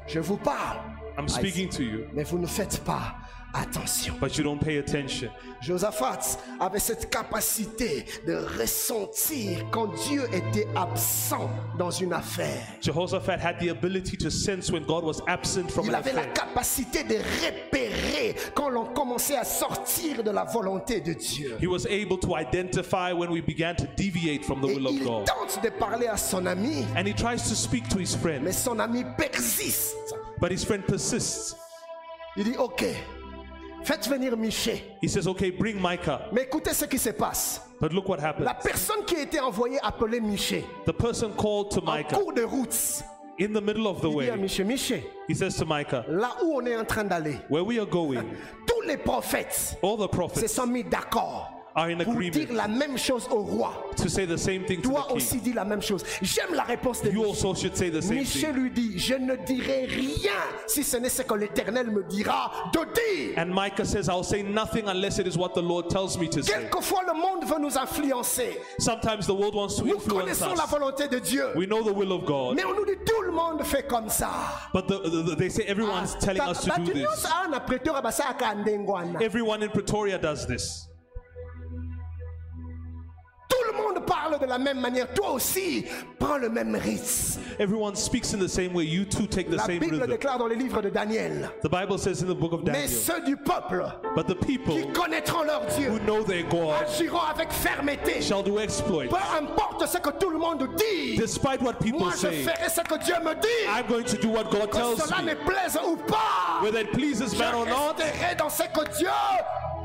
Je vous parle,
I'm speaking to you,
mais vous ne faites pas attention.
but you don't pay attention.
Josaphat avait cette capacité de ressentir quand Dieu était absent dans une affaire.
Jehoshaphat had the ability to sense when God was absent from
Il
an
avait la
affair.
capacité de repérer quand l'on commençait à sortir de la volonté de Dieu.
He was able to identify when we began to deviate from the
Et
will of
il
God.
tente de parler à son ami,
And he tries to speak to his
mais
friend,
son ami persiste.
but his friend persists.
Il dit, OK, faites venir Miché.
He says, Okay, bring Micah.
Mais écoutez ce qui se passe.
But look what happened.
La personne qui a été envoyée appelait Miché.
The person called to
En
Micah
cours de route,
in the middle of the
il dit à
way.
Miché, Miché,
He says to Micah,
là où on est en train d'aller,
Where we are going,
tous les prophètes
all the
se
prophets
sont mis d'accord
are Ah, in
pour
agreement
dire la même chose au roi.
to say the same thing to
Toi
the
aussi
king.
dis la même chose. J'aime la réponse de
You
Michel.
also should say the same
Michel
thing.
lui dit, je ne dirai rien si ce n'est ce que l'Éternel me dira de dire.
And Micah says, I'll say nothing unless it is what the Lord tells me to say.
Quelquefois le monde veut nous influencer.
Sometimes the world wants to
Nous
influence
connaissons la
us.
volonté de Dieu.
We know the will of God,
Mais on nous dit tout le monde fait comme ça.
but the, the- the- they say everyone's telling
Ba-
us to
ba-
do
batinyusa
this.
ana pretoria basaka ndengwana.
Everyone in Pretoria does this.
Tout le monde parle de la même manière. Toi aussi, prends le même rythme.
Everyone speaks in the same way. You too take the
La
same
Bible
rhythm.
déclare dans le livre de Daniel.
The Bible says in the book of
Mais
Daniel,
ceux du peuple
but the people
qui connaîtront leur Dieu
who know their God
agiront avec fermeté.
shall do exploits.
Peu importe ce que tout le monde dit,
Despite what people
moi je
say,
ferai ce que Dieu me dit.
I'm going to do what God
Que
tells
cela me
me,
plaise ou pas,
whether it pleases
je
man or not.
resterai dans ce que Dieu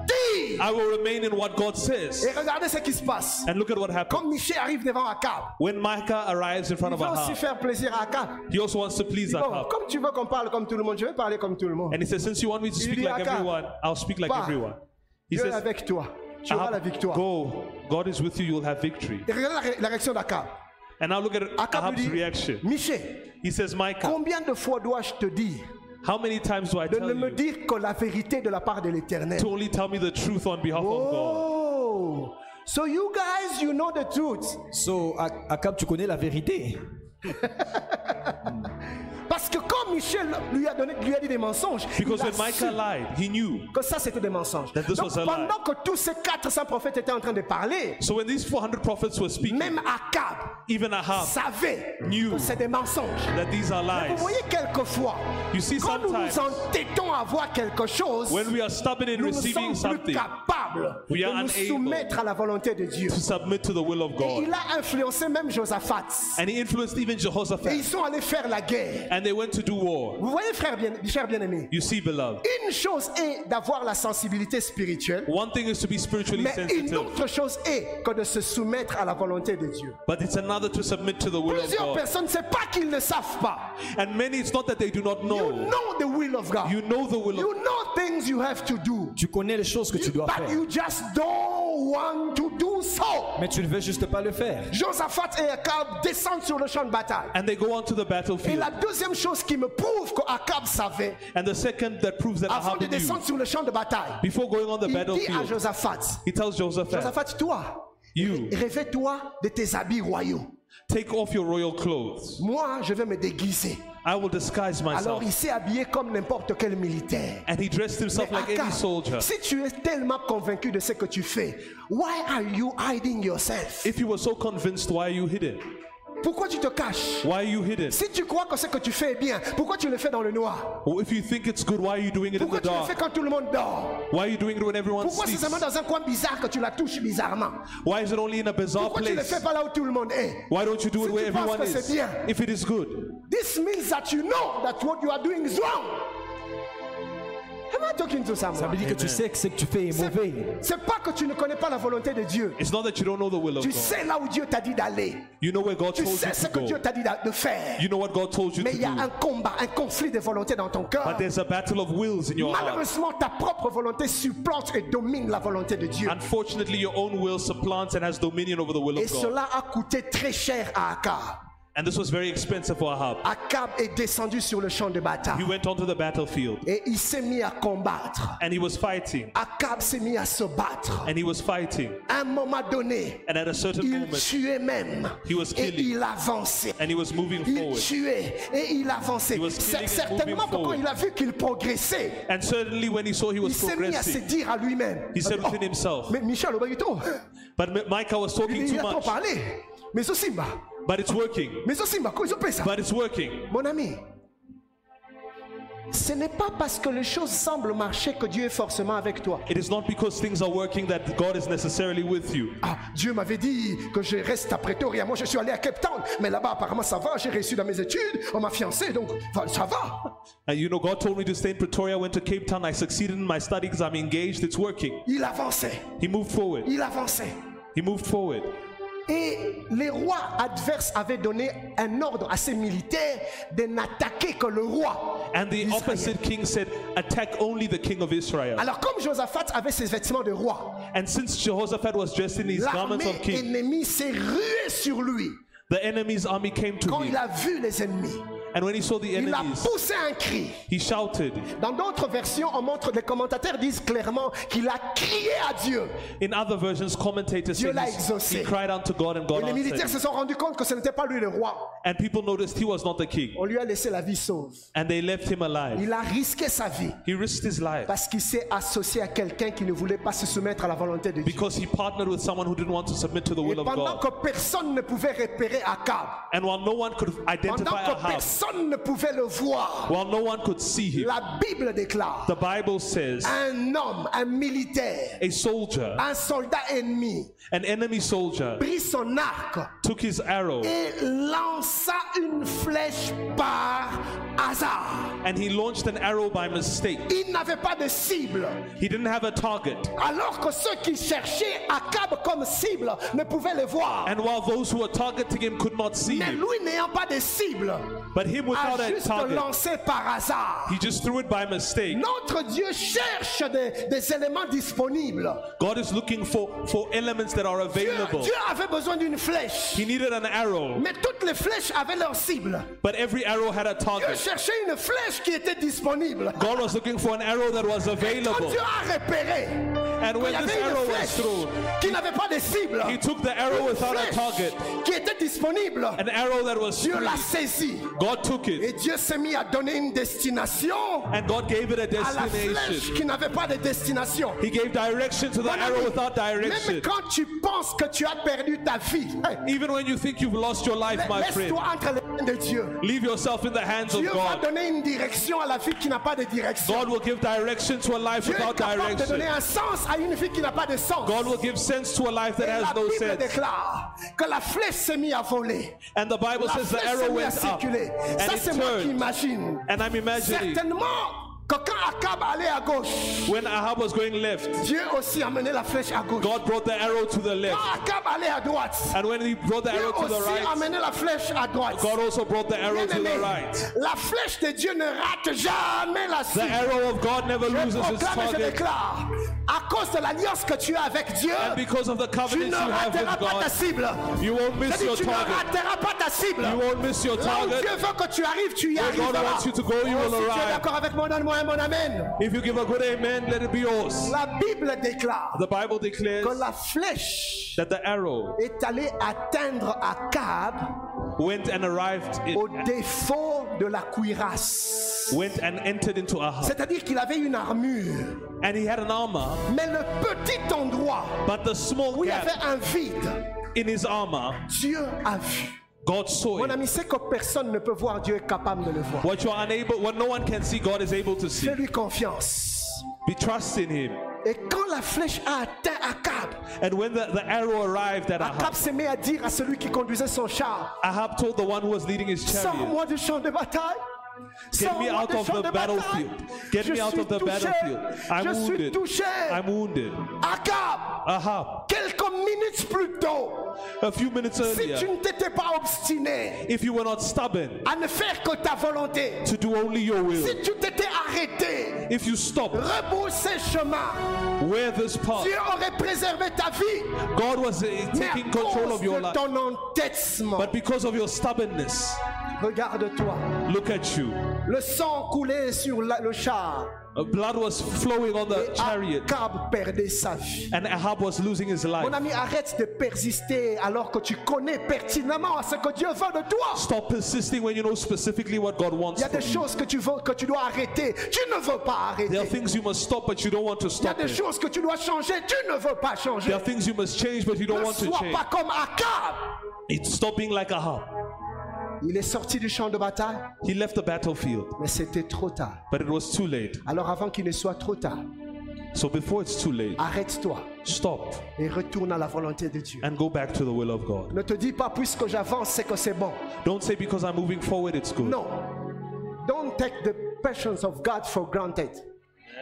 dit.
I Eh. will remain in what God says.
Et regardez ce qui se passe.
And look at what happened.
Quand Michel arrive devant Akab,
When Micah arrives
il
in front of
veut aussi
Ahab,
faire plaisir à Akab.
he also wants to please
Bon,
Ahab.
comme tu veux qu'on parle comme tout le monde, je vais parler comme tout le monde.
And he says, Since you want me to speak
dit,
like
"Ahab,
everyone, I'll speak like
va.
everyone. He
Dieu est
says,
avec toi. Tu auras la
Ahab,
victoire.
go. God is with you, you'll have victory.
Et regardez la, ré- la réaction d'Akab.
And now look at
Akab lui
Ahab's
dit
reaction.
Michel,
He says, Micah,
combien de fois dois-je te dire
how many times do I
de
tell
ne me
you
dire que la vérité de la part de l'Éternel
to only tell me the truth on behalf of God?
Oh, so you guys, you know the truth.
So, A- Akab, tu connais la vérité.
Parce que quand Michel lui a donné, lui a dit des mensonges,
Because
il a
when Micah
su
lied, he knew.
que ça c'était des mensonges.
That this
Donc
was a lie.
pendant que tous ces 400 prophètes étaient en train de parler,
So when these 400 prophets were speaking,
même Akab
even Ahab
savait
knew
que c'est des mensonges.
that these are
Vous
lies.
voyez quelquefois,
You see,
quand nous nous
sometimes-
entêtons à voir quelque chose,
When we are stubborn in
nous ne
receiving
sommes plus
something,
capables
We
de
are
nous
unable.
soumettre à la volonté de Dieu.
to submit to the will of
Et il
God.
a influencé même Josaphat.
And he influenced even
Et ils
Jehoshaphat.
sont allés faire la guerre.
And they went to do war.
Vous voyez, frère bien, cher bien-aimé,
You see, beloved,
une chose est d'avoir la sensibilité spirituelle,
one thing is to be spiritually
mais une
sensitive,
autre chose est que de se soumettre à la volonté de Dieu.
but it's another to submit to the will of
Plusieurs
God.
personnes, c'est pas qu'ils ne savent pas.
And many, it's not that they do not
You
know.
know the will of God.
You know the will of
You know things you have to do.
Tu connais les choses que tu dois
But
faire,
you just don't want to do so.
mais tu ne veux juste pas le faire.
Josaphat et Akab descendent sur le champ de bataille.
And they go onto the
Et
battlefield.
la deuxième chose qui me prouve qu'Akab savait,
And the second that proves that
avant
Ahab
de
knew,
descendre sur le champ de bataille,
before going on the
il dit à
battlefield,
Josaphat,
he tells Joseph,
Josaphat, toi,
You
révèle-toi de tes habits royaux.
take off your royal clothes.
Moi, je vais me déguiser.
I will disguise
Alors
myself.
il s'est habillé comme n'importe quel militaire.
And he dressed himself like
Aka,
any soldier.
si tu es tellement convaincu de ce que tu fais, why are you hiding yourself?
If you were so convinced, why are you hidden?
Pourquoi tu te caches?
Why are you hidden?
Si tu crois que ce que tu fais est bien, pourquoi tu le fais dans le noir?
Or if you think it's good, why are you doing it in
Pourquoi
the
tu le fais
dark?
quand tout le monde dort?
Why are you doing it when everyone
Pourquoi c'est
sleeps?
seulement dans un coin bizarre que tu la touches bizarrement?
Why is it only in a bizarre
Pourquoi tu le
place?
fais pas là où tout le monde est?
Why don't you do
Si
it where
tu penses
everyone
que c'est
is?
bien.
If it is good,
This means that you know that what you are doing is wrong. Am I talking to someone?
Ça veut dire que tu sais que ce que tu fais est
C'est-
mauvais.
C'est pas que tu ne connais pas la volonté de Dieu.
it's not that you don't know the will of
Tu
God.
sais là où Dieu t'a dit d'aller.
You know where God
Tu
told you
sais ce
to
que Dieu
go.
t'a dit d'a- de faire.
You know what God told you
Mais
to
il y a un
do.
combat, un conflit de volonté dans ton cœur.
But there's a battle of wills in your heart.
Malheureusement, ta propre volonté supplante et domine la volonté de Dieu.
Unfortunately, your own will supplants and has dominion over the will
Et
of God.
cela a coûté très cher à Akab.
And this was very expensive for Ahab.
Akab est descendu sur le champ de
He
bataille
went onto the battlefield
et il s'est mis à combattre.
and he was fighting.
Akab s'est mis à se battre.
And he was fighting.
À un moment donné,
And at a certain
il
moment,
tuait même
He was
et
killing.
il avançait.
and he was moving
Il
forward.
tuait et il avançait.
He was
C'est-
killing and
Certainement
moving
que quand
forward.
il a vu qu'il progressait,
And certainly when he saw he
il
was
s'est mis à se
progressing,
dire à lui-même.
he said
Oh,
within himself,
mais Michel, au
But Mi- Micah was talking
il
too
a trop
much.
parlé. Mais aussi, bah,
But it's working.
mais aussi, bah, quoi, ils ont fait ça.
But it's working.
Mon ami, ce n'est pas parce que les choses semblent marcher que Dieu est forcément avec toi.
It is not because things are working that God is necessarily with you.
Ah, Dieu m'avait dit que je reste à Pretoria. Moi, je suis allé à Cape Town. Mais là-bas, apparemment, ça va. J'ai réussi dans mes études. On m'a fiancé, donc enfin, ça va.
And you know, God told me to stay in Pretoria. I went to Cape Town. I succeeded in my studies. I'm engaged. It's working.
Il avançait.
He moved forward.
Il avançait.
He moved forward.
Et les rois adverses avaient donné un ordre à ses militaires de n'attaquer que le roi.
And the
d'Israël.
opposite king said, Attack only the king of Israel.
Alors, comme Josaphat avait ses vêtements de roi,
And since Jehoshaphat was dressed in his garments
l'armée
of king,
ennemie s'est ruée sur lui.
the enemy's army came to
Quand il
him.
a vu les ennemis,
And when he saw the
il a
enemies,
poussé un cri.
he shouted.
Dans d'autres versions, on montre, les commentateurs disent clairement qu'il a crié à Dieu.
In other versions, commentators
Dieu
say
l'a
he's- he
exaucé.
cried unto God and God
Et les militaires
answered.
se sont rendus compte que ce n'était pas lui le roi.
And people noticed he was not the king.
On lui a laissé la vie sauve.
And they left him alive.
Il a risqué sa vie
He risked his life
parce qu'il s'est associé à quelqu'un qui ne voulait pas se soumettre à la volonté de Dieu.
because he partnered with someone who didn't want to submit to the
Et
will of
pendant
God.
que personne ne pouvait repérer Akab,
And while no one could
pendant
identify
que
Ahab,
personne ne pouvait le voir,
while no one could see him,
la Bible déclare
the Bible says
un homme, un militaire,
a soldier,
un soldat ennemi,
an enemy soldier,
prit son arc
took his arrow
et lança une flèche par hasard.
and he launched an arrow by mistake.
Il n'avait pas de cible.
He didn't have a target.
Alors que ceux qui cherchaient Akab comme cible ne pouvaient le voir.
And while those who were targeting him could not see
Mais
him,
lui n'ayant pas de cible,
but him without
a
a
juste
target,
lancé par hasard.
he just threw it by mistake.
Notre Dieu cherche des, des éléments disponibles.
God is looking for, for elements that are
Dieu,
available.
Dieu avait besoin d'une flèche.
He needed an arrow,
Mais toutes les flèches avaient leur cible.
but every arrow had a
Dieu
target.
cherchait une flèche qui était disponible.
God was looking for an arrow that was
Quand
available.
Dieu a repéré
And
qu'il y
when this
avait
arrow
une
was
flèche
thrown,
qui n'avait pas de cible,
he took the arrow
une
without a
flèche
target.
qui était disponible,
An arrow that was
Dieu
free.
l'a saisie.
God took
Et
it
Dieu s'est mis à donner une destination
and God gave it a
à la flèche
destination.
qui n'avait pas de destination.
He gave direction to the
Mon ami,
arrow without
Même
direction.
quand tu penses que tu as perdu ta vie, hey,
Even when you think you've lost your life, my friend,
laisse-toi entre les mains de Dieu.
Leave yourself in the hands of
Dieu va
God.
donner une direction à la fille qui n'a pas de direction.
God will give direction to a life
Dieu est
without
capable de donner
direction.
un sens à une fille qui n'a pas de sens.
God will give sense to a life that
Et la
has no
Bible
sense.
déclare que la flèche s'est mise à voler.
And the Bible
La
says the
flèche s'est mise
arrow
à
went up
circuler. Ça,
and
c'est
it
moi qui
turned.
imagine.
And I'm imagining
Certainement que quand Akab allait à gauche,
when Ahab was going left,
Dieu aussi a mené la flèche à gauche.
God brought the arrow to the left.
Quand Akab allait à droite,
And when he brought the
Dieu
arrow to the
aussi a
right,
mené la flèche à droite.
God also brought the arrow to
Bien-aimé,
the right.
La flèche de Dieu ne rate jamais la
The
cible.
arrow of oh, God never
Je
loses its
proclame et je
target.
déclare, à cause de l'alliance que tu as avec Dieu,
And because of the
tu
covenant
ne
you have
rateras
with
pas ta
God,
cible.
you won't
Je
miss
dis,
your
tu ne
target.
rateras pas ta cible.
You won't miss your
Là où
target.
Dieu veut que tu arrives, tu y
Where God
arriveras.
wants you to go, you
Oh, si
will
tu es
arrive.
d'accord avec moi, donne-moi un bon amen.
If you give a good amen, let it be yours.
La Bible déclare
The Bible declares
que la flèche
that the arrow
est allée atteindre Akab
went and arrived, in,
au défaut de la cuirasse.
went and entered into Ahab.
C'est-à-dire qu'il avait une armure,
And he had an armor,
mais le petit endroit
but the small
où il y avait
gap
un vide,
in his armor,
Dieu a vu.
God saw
Mon
it.
ami, c'est que personne ne peut voir Dieu est capable de le voir.
What you are unable, what no one can see, God is able to see.
Fais-lui confiance.
Be trust in Him.
Et quand la flèche a atteint Akab,
And when the, the arrow arrived at
Akab
Ahab,
se met à dire à celui qui conduisait son char,
Ahab told the one who was leading his chariot,
Sors-moi du champ de bataille.
Get me
Sors-moi
out
du
of
champ
the
de bataille.
battlefield. Get
Je
me out
suis
of the
touché.
battlefield.
Je
I'm
suis
wounded.
touché.
I'm wounded.
Akab,
Ahab,
quelques minutes plus tôt,
a few minutes
si tu
earlier,
ne t'étais pas obstiné
if you were not stubborn
à ne faire que ta volonté,
to do only your will,
si tu t'étais arrêté,
if you stopped
rebroussé chemin,
where this path,
Dieu aurait préservé ta vie,
God was uh,
mais à
taking control
cause
of your
de
life.
ton entêtement,
But because of your stubbornness,
regarde-toi,
look at you.
le sang coulait sur la- le char,
Uh, Blood was flowing on the chariot,
Akab perdait sa vie.
and Ahab was losing his life.
Mon ami, arrête de persister alors que tu connais pertinemment ce que Dieu veut de toi.
Stop persisting when you know specifically what God
Il
wants.
y a des
from you.
choses que tu veux, que tu dois arrêter. Tu ne veux pas
There are
arrêter.
things you must stop, but you don't want to
Il y a
stop.
des
It.
choses que tu dois changer. Tu ne veux pas
There
changer.
are things you must change, but you don't
Ne
want to
sois
change.
pas comme Akab.
It's stopping like Ahab.
Il est sorti du champ de bataille,
He left the battlefield,
mais c'était trop tard.
but it was too late.
Alors avant qu'il ne soit trop tard,
So before it's too late,
arrête-toi
stop
et retourne à la volonté de Dieu.
and go back to the will of God.
Ne te dis pas puisque j'avance, c'est que c'est bon.
Don't say because I'm moving forward, it's good.
Non. Don't take the patience of God for granted.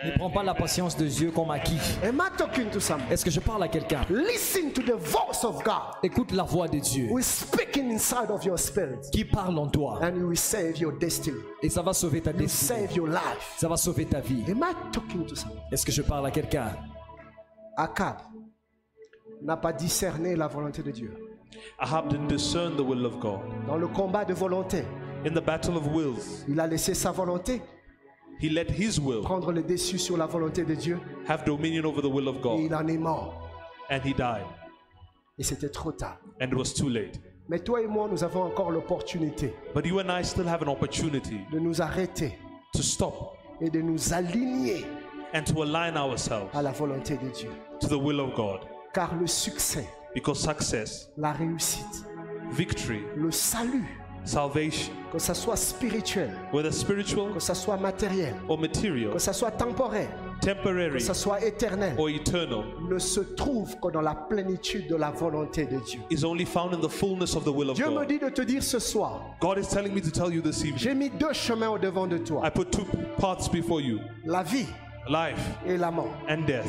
Ne prends pas la patience de Dieu comme acquis.
Am I talking to someone?
Est-ce que je parle à quelqu'un
Listen to the voice of God.
Écoute la voix de Dieu
who is speaking inside of your spirit
qui parle en toi
and you will save your destiny
et ça va sauver ta
you
destinée.
save your life
Ça va sauver ta vie.
am i talking to someone
Est-ce que je parle à quelqu'un
akab n'a pas discerné la volonté de dieu
Ahab didn't discern the will of God.
dans le combat de volonté
In the battle of wills,
il a laissé sa volonté
he let his will
prendre le dessus sur la volonté de dieu
have dominion over the will of
et
God,
il en est mort
and he died.
et c'était trop tard
And it was too late.
mais toi et moi nous avons encore l'opportunité
But you and I still have an opportunity
de nous arrêter
to stop
et de nous aligner
and to align ourselves
à la volonté de dieu
to the will of God.
car le succès
Because success,
la réussite
victory,
le salut
salvation,
que ça soit spirituel
whether spiritual
que ça soit matériel
or material,
que ça soit temporaire,
temporary
que ça soit éternel,
or eternal,
ne se trouve que dans la plénitude de la volonté de Dieu.
is only found in the fullness of the will of
Dieu me
God.
dit de te dire ce soir,
God is telling me to tell you this evening.
j'ai mis deux chemins au devant de
I
toi,
put two paths before you
la vie
life
et la mort.
and death.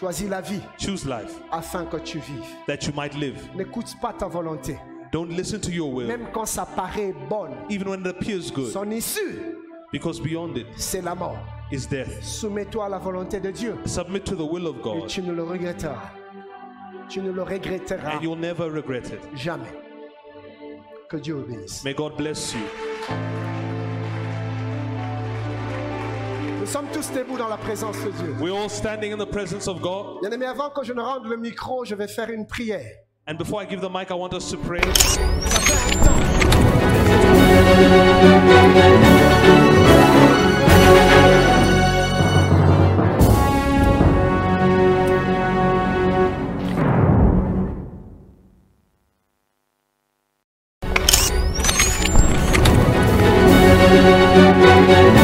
Choisis la vie
Choose life
afin que tu vives.
that you might live.
N'écoute pas ta volonté,
Don't listen to your will,
même quand ça paraît bonne.
even when it appears good,
Son issue,
because beyond it
c'est la mort.
is death.
Soumets-toi à la volonté de Dieu
Submit to the will of
et
God,
tu ne le regretteras. Tu ne le regretteras
and you'll never regret it.
jamais. Que Dieu obéisse.
May God bless you.
Nous sommes tous debout dans la présence de Dieu.
We're all standing in the presence of God.
Bien aimé, avant que je ne rende le micro, je vais faire une prière.
And before I give the mic, I want us to pray.
Ça fait un temps.
Amen.